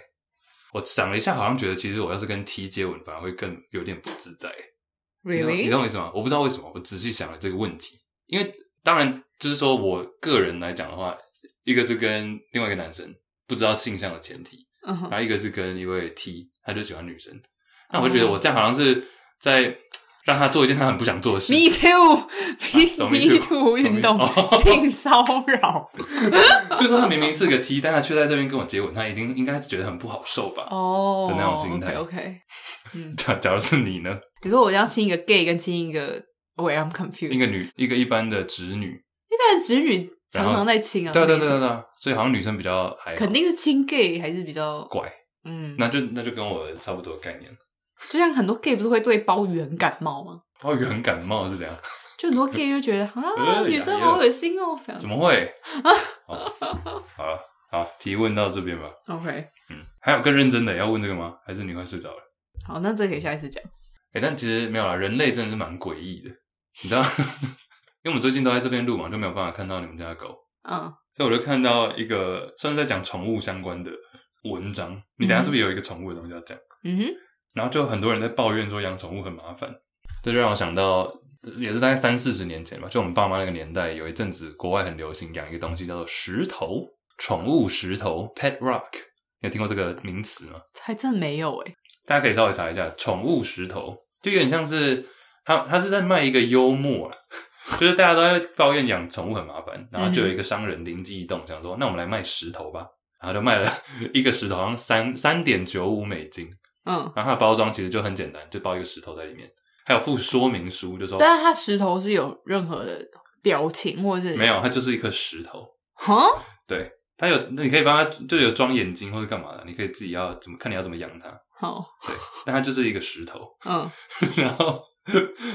A: 我想了一下，好像觉得其实我要是跟 T 接吻，反而会更有点不自在。你懂你懂我意思吗？我不知道为什么，我仔细想了这个问题，因为当然就是说我个人来讲的话，一个是跟另外一个男生不知道性向的前提，
B: 嗯哼
A: 然后一个是跟一位 T，他就喜欢女生，那我就
B: 哦
A: 觉得我这样好像是在让他做一件他很不想做的事
B: ，me
A: 情，什 *laughs* 么
B: too，me
A: me
B: me
A: too？什么
B: too 运动
A: 哦
B: 性骚
A: *laughs*
B: 扰，
A: 就是说他明明是个 T，但他却在这边跟我接吻，他一定应该觉得很不好受吧？
B: 哦，
A: 的那种心态
B: OK OK，
A: *laughs*
B: 嗯，
A: 假假如是你呢？
B: 你说我要亲一个 gay 跟亲一个，wait I'm confused，
A: 一个女，一个一般的直女，
B: 一般的直女常
A: 然后
B: 常在亲啊，
A: 对啊对啊
B: 那
A: 对啊
B: 也是
A: 对啊对啊，所以好像女生比较还好
B: 肯定是亲 gay 还是比较，
A: 怪，
B: 嗯，
A: *laughs* 那就那就跟我的差不多的概念。
B: 就像很多 gay 不是会对包圆感冒吗？
A: 哦，很感冒是怎样？
B: 就很多 gay 就觉得啊，
A: 呃
B: 女生好恶心哦，这样子
A: 怎么会？哦好了，好，提问到这边吧。
B: ？OK，
A: 嗯，还有更认真的要问这个吗？还是你快睡着了？
B: 好，那这可以下一次讲。
A: 哎、但其实没有啦，人类真的是蛮诡异的，你知道？ *laughs* 因为我们最近都在这边录嘛，就没有办法看到你们家的狗，
B: 嗯，
A: 所以我就看到一个算是在讲宠物相关的文章。你等一下是不是有一个宠物的东西要讲？
B: 嗯哼，
A: 然后就很多人在抱怨说养宠物很麻烦，这就让我想到，呃也是大概三四十年前吧，就我们爸妈那个年代，有一阵子国外很流行养一个东西叫做石头宠物石头 （pet rock），你有听过这个名词吗？
B: 还真没有哎、
A: 大家可以稍微查一下宠物石头，就有点像是他他是在卖一个幽默啊， *laughs* 就是大家都在抱怨养宠物很麻烦，然后就有一个商人灵机一动，想说那我们来卖石头吧，然后就卖了 *laughs* 一个石头，好像三三点九五美金，
B: 嗯，
A: 然后它的包装其实就很简单，就包一个石头在里面，还有附说明书，就说
B: 但是它石头是有任何的表情或者是
A: 没？有，它就是一颗石头，
B: 哈，
A: 对，它有你可以帮它就有装眼睛或者干嘛的，你可以自己要怎么看你要怎么养它，
B: 好，
A: 但它就是一个石头。
B: 嗯，
A: *laughs* 然后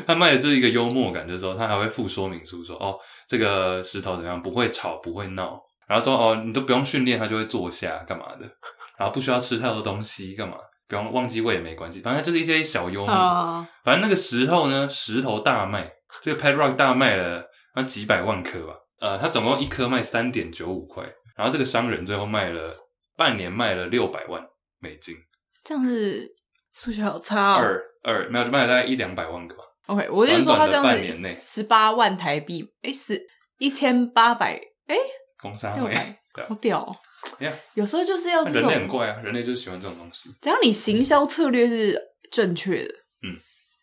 A: 他卖的就是一个幽默感，就是说他还会附说明书说，哦，这个石头怎么样，不会吵，不会闹，然后说哦，你都不用训练，它就会坐下干嘛的， *laughs* 然后不需要吃太多东西干嘛，不用忘记喂也没关系，反正就是一些小幽默。
B: 啊，
A: 反正那个石头呢，石头大卖，这个 Pet Rock 大卖了那几百万颗吧，呃，它总共一颗卖三点九五块，然后这个商人最后卖了半年卖了六百万美金，
B: 这样子数学好差哦。
A: 二二没有就卖了大概一两百万个吧，
B: OK，我就是说他这样
A: 短短的半年内
B: 子十八万台币，哎，十一千八百，哎，
A: 工商
B: 六
A: 会
B: 百
A: *laughs* 对
B: *laughs*
A: 啊
B: 好屌、哦。
A: Yeah
B: 有时候就是要
A: 那
B: 这
A: 人类很
B: 种，
A: 怪啊，人类就是喜欢这种东西。
B: 只要你行销策略是正确的，
A: 嗯，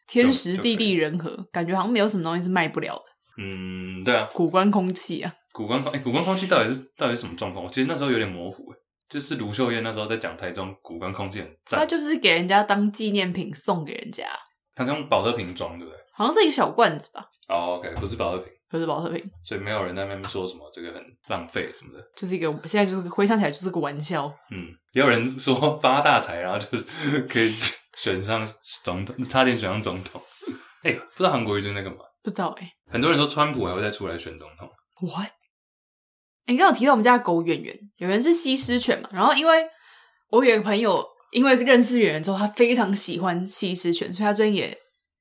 B: 天
A: 就
B: 时
A: 就
B: 地
A: 可以
B: 利人和，感觉好像没有什么东西是卖不了的。
A: 嗯，对啊，
B: 古关空气啊，
A: 古关空哎、古关空气到底是到底是什么状况？我其实那时候有点模糊、哎就是卢秀燕那时候在讲台中古关空气很
B: 它
A: 赞，
B: 就是给人家当纪念品送给人家，
A: 它是用保特瓶装，对不对？
B: 好像是一个小罐子吧，
A: 哦、o k 不是保特瓶，
B: 不是保特瓶，
A: 所以没有人在那边说什么这个很浪费什么的。
B: 就是一个现在就是回想起来就是个玩笑。
A: 嗯，也有人说 *laughs* 发大财，然后就是 *laughs* 可以选上总统，差点选上总统。哎、不知道韩国瑜最近在干嘛？
B: 不知道哎、
A: 很多人说川普还会再出来选总统。
B: What？、欸、你刚刚有提到我们家的狗圆圆，圆圆是西施犬嘛？然后因为我有一个朋友，因为认识圆圆之后，他非常喜欢西施犬，所以他最近也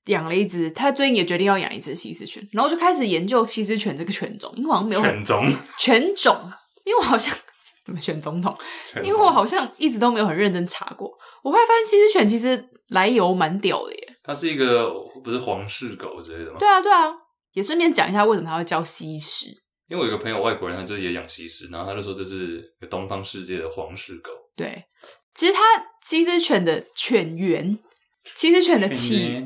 B: 养了一只，他最近也决定要养一只西施犬，然后就开始研究西施犬这个犬种，因为我好像没有很
A: 犬
B: *laughs*
A: 总，
B: 犬种，因为我好像 *laughs* 怎么选总统，
A: 犬
B: 因为我
A: 种
B: 好像一直都没有很认真查过，我后来发现西施犬其实来由蛮屌的耶。
A: 它是一个不是皇室狗之类的吗？
B: 对啊，对啊，也顺便讲一下为什么它会叫西施。
A: 因为我有个朋友外国人，他就也养西施，然后他就说这是东方世界的皇室狗。
B: 对，其实它西施犬的犬源，西施犬的起，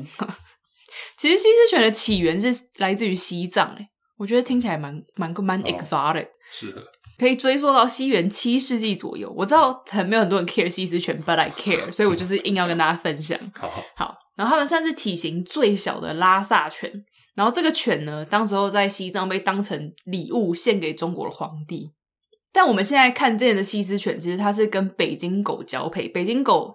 B: 其实西施犬的起源是来自于西藏、欸，我觉得听起来蛮蛮蛮
A: 哦
B: exotic，、
A: 适合
B: 可以追溯到西元七世纪左右。我知道很没有很多人 care 西施犬，but I care，所以我就是硬要跟大家分享。
A: 好好
B: 好，然后它们算是体型最小的拉萨犬，然后这个犬呢，当时候在西藏被当成礼物献给中国的皇帝。但我们现在看见的西施犬，其实它是跟北京狗交配，北京狗
A: 哦，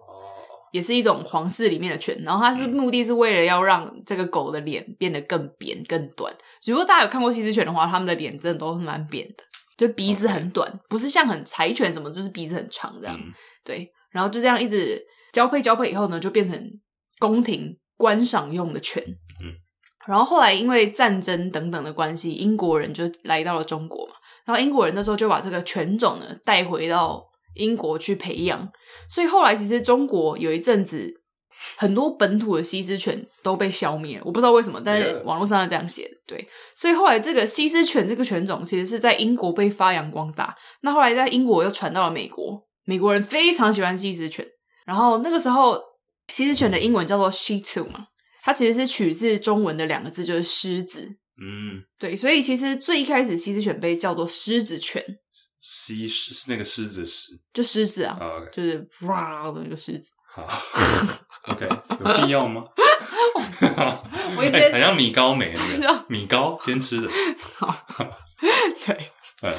B: 也是一种皇室里面的犬，然后它是
A: 嗯
B: 目的是为了要让这个狗的脸变得更扁、更短。如果大家有看过西施犬的话，它们的脸真的都是蛮扁的，就鼻子很短，不是像很柴犬什么，就是鼻子很长这样。
A: 嗯，
B: 对，啊然后就这样一直交配交配以后呢，就变成宫廷观赏用的犬。
A: 嗯，
B: 然后后来因为战争等等的关系，英国人就来到了中国嘛，然后英国人那时候就把这个犬种呢带回到英国去培养，所以后来其实中国有一阵子。很多本土的西施犬都被消灭了，我不知道为什么，但是
A: Yeah
B: 网络上是这样写的。对，所以后来这个西施犬这个犬种其实是在英国被发扬光大，那后来在英国又传到了美国，美国人非常喜欢西施犬。然后那个时候，西施犬的英文叫做 Shih Tzu 嘛，它其实是取自中文的两个字，就是狮子。
A: 嗯，
B: 对，所以其实最一开始西施犬被叫做狮子犬，
A: 西施是那个狮子的狮。
B: 就狮子啊，
A: o k
B: 就是哇的那个狮子。 *laughs*
A: 好啊 *laughs* ，OK，有必要吗？
B: 我一直
A: 哎很像米高梅那
B: 知
A: 个
B: 道
A: 米糕，今天吃的。
B: 对，
A: 嗯，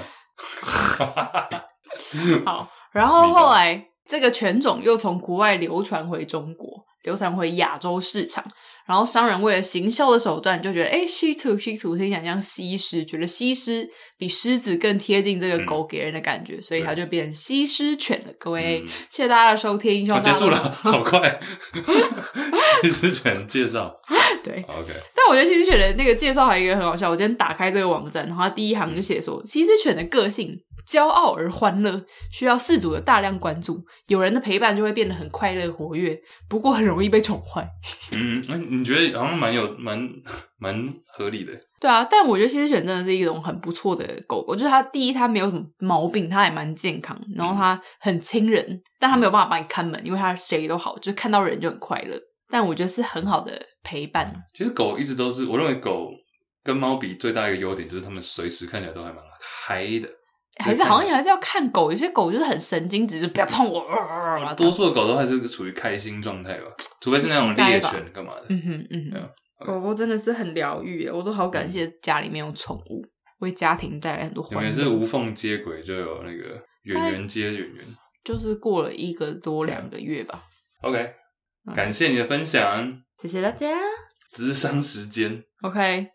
B: 好。然后后来这个犬种又从国外流传回中国，流传回亚洲市场。然后商人为了行销的手段，就觉得哎，西土西土听起来像西施，觉得西施比狮子更贴近这个
A: 嗯
B: 狗给人的感觉，所以它
A: 对
B: 就变成西施犬了。各位，
A: 嗯
B: 谢谢大家的收听，希
A: 好
B: 望大
A: 结
B: 家
A: 束了，。 *laughs* 好快。西施犬介绍
B: *laughs* 对，
A: ，OK，
B: 但我觉得西施犬的那个介绍还有一个很好笑，我今天打开这个网站，然后它第一行就写说，西施犬的个性骄傲而欢乐，需要饲主的大量关注，有人的陪伴就会变得很快乐活跃，不过很容易被宠坏。
A: 嗯，哎你觉得好像蛮有蛮蛮合理的，
B: 对啊，但我觉得西施犬真的是一种很不错的狗狗，就是它第一它没有什么毛病，它还蛮健康，然后它很亲人，但它没有办法把你看门，因为它谁都好，就是看到人就很快乐。但我觉得是很好的陪伴，
A: 其实狗一直都是，我认为狗跟猫比最大一个优点就是它们随时看起来都还蛮嗨的。
B: 还是好像你还是要看狗，有些狗就是很神经质，就不要碰我。呃
A: 多数的狗都还是处于开心状态吧，除非是那种猎犬干嘛的。
B: 嗯哼，嗯
A: 对
B: 哼
A: 啊，嗯
B: 狗狗真的是很疗愈耶，我都好感谢家里面有宠物，为家庭带来很多
A: 你们
B: 欢
A: 也
B: 乐。
A: 是无缝接轨，就有那个圆圆接圆圆。
B: 就是过了一个多两
A: 啊
B: 个月吧，
A: OK，
B: 嗯
A: 感谢你的分享，
B: 谢谢大家。
A: 智商时间。
B: OK，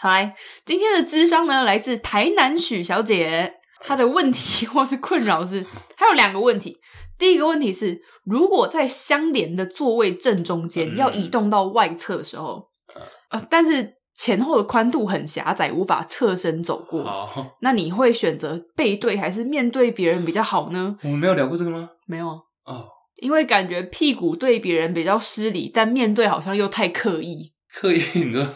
B: 好来，今天的咨商呢来自台南许小姐，她的问
A: *laughs*
B: 题或是困扰是，还有两个问题。第一个问题是，如果在相连的座位正中间
A: 嗯
B: 要移动到外侧的时候
A: 嗯，
B: 呃，但是前后的宽度很狭窄，无法侧身走过，
A: 好，
B: 那你会选择背对还是面对别人比较好呢？
A: 我们没有聊过这个吗？
B: 没有啊，
A: 哦，
B: 因为感觉屁股对别人比较失礼，但面对好像又太刻意。
A: 刻意你说，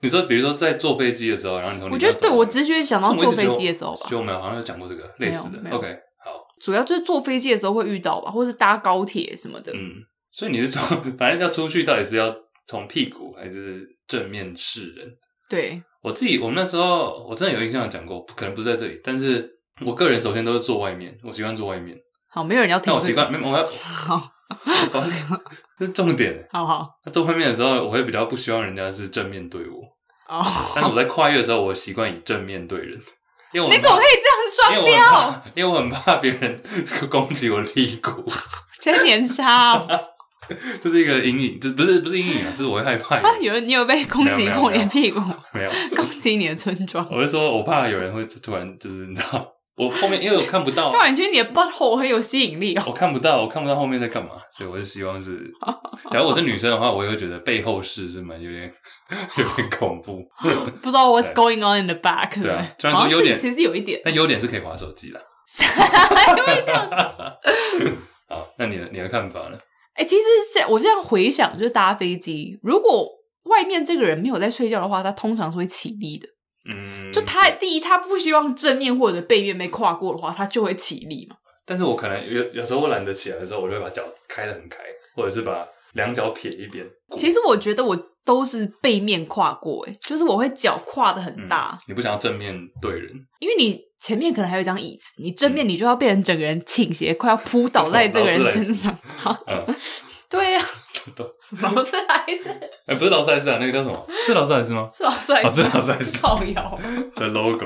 A: 你说，比如说在坐飞机的时候，然后你从里
B: 我
A: 面
B: 觉得对
A: 走
B: 我只是觉得想到
A: 这我
B: 坐
A: 一直
B: 飞
A: 觉得
B: 机的时候吧
A: 就，我们好像有讲过这个类似的
B: 没。有
A: OK，好，
B: 主要就是坐飞机的时候会遇到吧，或是搭高铁什么的。
A: 嗯，所以你是从 *laughs* 反正要出去，到底是要从屁股还是正面示人？
B: 对，
A: 我自己，我们那时候我真的有印象讲过，可能不是在这里，但是我个人首先都是坐外面，我习惯坐外面，
B: 好，没有人要听、
A: 但
B: 这
A: 我
B: 个。
A: 习惯没有我要，
B: *laughs* 好，
A: 这是重点。
B: 好好
A: 那坐外面的时候，我会比较不希望人家是正面对我，
B: 哦，
A: *laughs* 但是我在跨越的时候，我习惯以正面对人，因为我
B: 你
A: 很
B: 怎么可以
A: 因
B: 这
A: 为
B: 样双
A: 我很
B: 标？
A: 怕，因为我很怕别人 *laughs* 攻击我的屁股， *laughs*
B: 千年杀、哦，
A: 这是一个阴影，就不是不是阴影啊，就是我会害怕。
B: *laughs* 有人你有被攻击过你的屁股，
A: 没有，
B: 攻击你的村庄，
A: 我是说我怕有人会突然就是你知道，我后面因为我看不
B: *laughs*
A: 到，
B: 但我觉得你的 butthole 很有吸引力哦。
A: 我看不到，我看不到后面在干嘛，所以我是希望
B: *laughs*
A: 是，假如我是女生的话，我也会觉得背后事是蛮有点 *laughs* 有点恐怖，
B: 不知道
A: *laughs*
B: what's going on in the back，对不
A: 对
B: 对
A: 啊虽然说有点
B: 好像是其实有一
A: *laughs*
B: 点，
A: 但优点是可以划手机啦。
B: 因为这样子。
A: 好，那你的你的看法呢？
B: 哎、其实这我这样回想，就是搭飞机，如果外面这个人没有在睡觉的话，他通常是会起立的。
A: 嗯，
B: 就他第一，他不希望正面或者背面被跨过的话，他就会起立嘛。
A: 但是我可能有有时候我懒得起来的时候，我就会把脚开得很开，或者是把两脚撇一边。
B: 其实我觉得我都是背面跨过、欸，就是我会脚跨的很大，
A: 嗯，你不想要正面对人，
B: 因为你前面可能还有一张椅子，你正
A: 嗯
B: 面你就要被人整个人倾斜，快要扑倒在这个人身上。好，
A: 嗯，
B: 对呀、
A: 都
B: 劳斯莱斯
A: 哎、不是劳斯莱斯啊，那个叫什么？是劳斯莱斯吗？
B: 是劳斯莱
A: 哦是
B: 斯，
A: 劳斯莱斯
B: 造谣。 *laughs*
A: 的 logo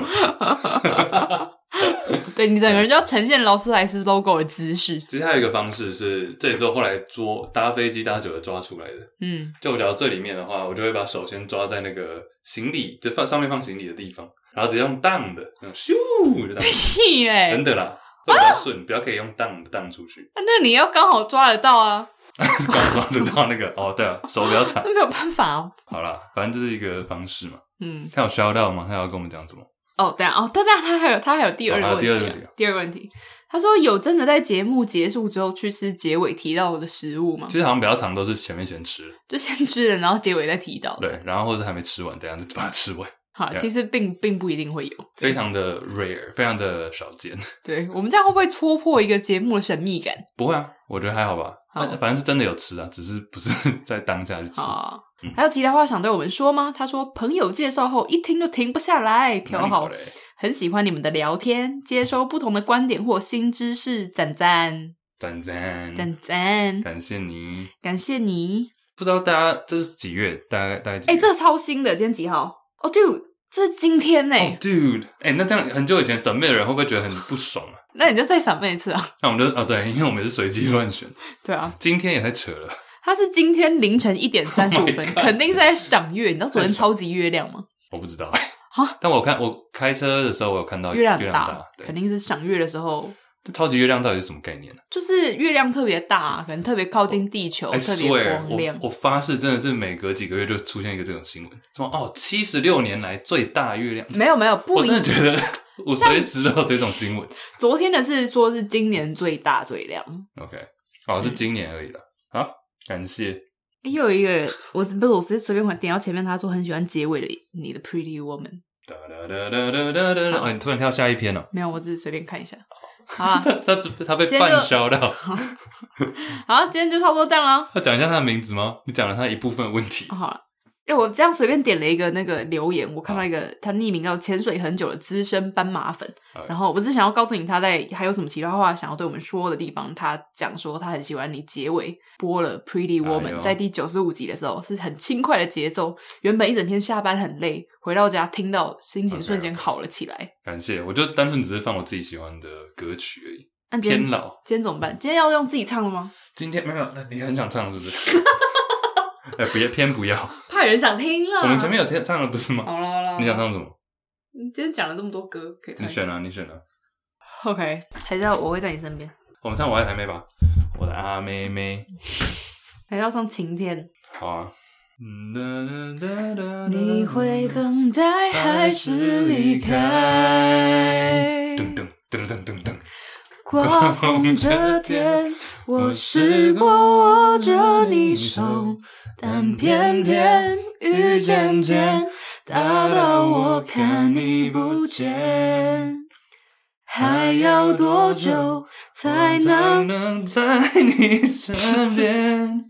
B: 对你整个人就要呈现劳斯莱斯 logo 的姿势。
A: 其实还有一个方式是，这也是我后来捉搭飞机搭久了抓出来的。
B: 嗯，
A: 就我只要最里面的话，我就会把手先抓在那个行李，就放上面放行李的地方，然后直接用荡的，那种咻就荡，
B: 屁嘞啊
A: 真！的啦，会比较顺，比较可以用荡的荡出去，
B: 那你要刚好抓得到啊，
A: 刚好抓得到那个哦，对啊，手比较长
B: 那。没有办法哦。
A: 好啦，反正这是一个方式嘛。
B: 嗯，
A: 他有 shout out 吗？他要跟我们讲什么？
B: 哦，等一下哦，但但他还有他还有第二个
A: 哦
B: 问
A: 还
B: 题、
A: 有
B: 啊
A: 第二个问题啊
B: 第二个问题，他说有真的在节目结束之后去吃结尾提到的食物吗
A: 其？实好像比较常都是前面先吃，
B: 就先吃了，然后结尾再提到。
A: 对，然后或是还没吃完，等一下就把它吃完，
B: 好，
A: Yeah
B: 其实并并不一定会有。
A: 非常的 rare，非常的少见。
B: 对我们这样会不会戳破一个节目的神秘感
A: 不会啊，我觉得还好吧。
B: 好
A: 反反正是真的有吃啊，只是不是 *laughs* 在当下去吃。
B: 啊
A: 嗯？
B: 还有其他话想对我们说吗？他说朋友介绍后一听就停不下来，
A: 蛮
B: 朴好
A: 嘞，
B: 很喜欢你们的聊天，接收不同的观点或新知识，赞赞
A: 赞赞
B: 赞赞，
A: 嗯感谢你。
B: 感谢你。
A: 不知道大家这是几月？大概大概几
B: 哎、
A: 月？哦
B: 这个超新的，今天几号？哦，对，这是今天呢、
A: 哦、dude，哎、那这样很久以前审妹的人会不会觉得很不爽啊？
B: 那你就再闪问一
A: *laughs*
B: 次啊。
A: 那我们就哦对，因为我们是随机乱选， *laughs*
B: 对啊，
A: 今天也太扯了。
B: 他是今天凌晨一点三十五
A: Oh my
B: 分
A: God
B: 肯定是在赏月。你知道昨天
A: 在赏
B: 超级月亮吗？
A: 我不知道哎、
B: 啊
A: 但我看我开车的时候，我有看到
B: 月亮
A: 哦月
B: 很
A: 亮
B: 大
A: 大，，对
B: 肯定是赏月的时候
A: 这超级月亮到底是什么概念呢、啊
B: 就是月亮特别大，可能特别靠近地球，
A: I
B: 特别
A: swear，
B: 光亮
A: 我。我发誓，真的是每隔几个月就出现一个这种新闻，说哦，七十六年来最大月亮。
B: 没有没有，不
A: 我
B: 一
A: 真的觉
B: *laughs*
A: 得我随时都有这种新闻。
B: 昨天的是说是今年最大最亮。
A: OK，哦，
B: 嗯
A: 是今年而已啦。啊，感谢。
B: 诶哎又有一个人，我不是我直接随便回点到前面，他说很喜欢结尾的你的 Pretty Woman，
A: 哒哒哒哒哒哒哒哒。哦，你突然跳下一篇
B: *laughs*
A: 了、
B: 没有，我只是随便
A: *laughs*
B: 看一下。好啊，
A: 他他他被
B: 今天就
A: 半消
B: *laughs*
A: 到。
B: 好啊，今天就差不多这样啦。
A: 要讲一下他的名字吗？你讲了他一部分问题
B: 哦、。好了，因为我这样随便点了一个那个留言，我看到一个他匿名叫潜水很久的资深斑马粉
A: 好，
B: 然后我只想要告诉你他在还有什么其他话想要对我们说的地方。他讲说他很喜欢你结尾播了 Pretty
A: 哎
B: Woman，、
A: 呦
B: 在第九十五集的时候是很轻快的节奏，原本一整天下班很累，回到家听到心情
A: OK，OK
B: 瞬间好了起来。
A: 感谢，我就单纯只是放我自己喜欢的歌曲而已。
B: 那今
A: 天
B: 天
A: 老，
B: 今天怎么办？今天要用自己唱了吗？
A: 今天没有，那你很想唱是不
B: *laughs*
A: 是？哎、别偏不要。
B: 怕有人想听了。
A: 我们前面有天唱了不是吗？
B: 好了好了，
A: 你想唱什么？
B: 你今天讲了这么多歌，哦可以唱
A: 你
B: 一下。
A: 选啊，你选啊。
B: OK，还是要我会在你身边，
A: 我们唱我爱台妹吧。我的阿妹妹，
B: 还是要上晴天。
A: 好啊。你
C: 你会等待还是离开？
A: 噔噔噔噔噔噔，
C: 刮风这天，我试过握着你手，但偏偏雨渐渐大到我看你不见。还要多久才能
A: 能在你身边？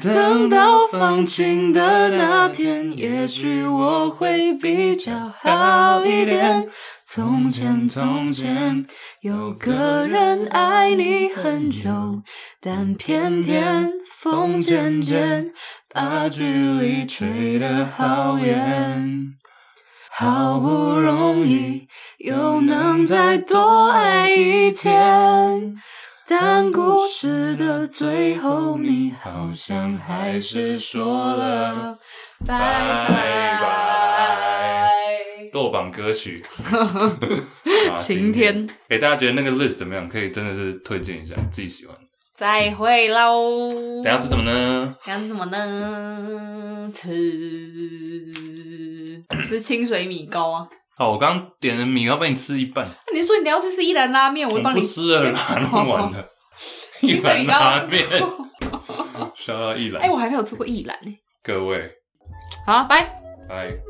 C: 等到放晴的那天？也许我会比较好一点。从前，从前。有个人爱你很久，但偏偏风渐渐把距离吹得好远。好不容易又能再多爱一天，但故事的最后，你好像还是说了拜
A: 拜
C: 拜。
A: 落榜歌
C: *laughs*
A: 曲，啊
B: 晴天。
A: 哎、大家觉得那个 list 怎么样？可以真的是推荐一下，自己喜欢。
B: 再会喽。
C: 嗯
A: 等一下是什么呢？
B: 讲什么呢？吃吃清水米糕啊！
A: 哦，我刚刚点的米糕被你吃一半，
B: 那你说你等一下去吃一兰拉面，我
A: 我
B: 就帮你哦
A: 不吃了啦，弄 *laughs* 完。
C: *laughs*
A: 了。一
B: 清水
A: 碗
B: 米糕
A: 拉面，烧到一
B: 哎、
A: 兰
B: 我。还没有吃过一兰呢、
A: 各位，哎
B: 好，拜。
A: 拜。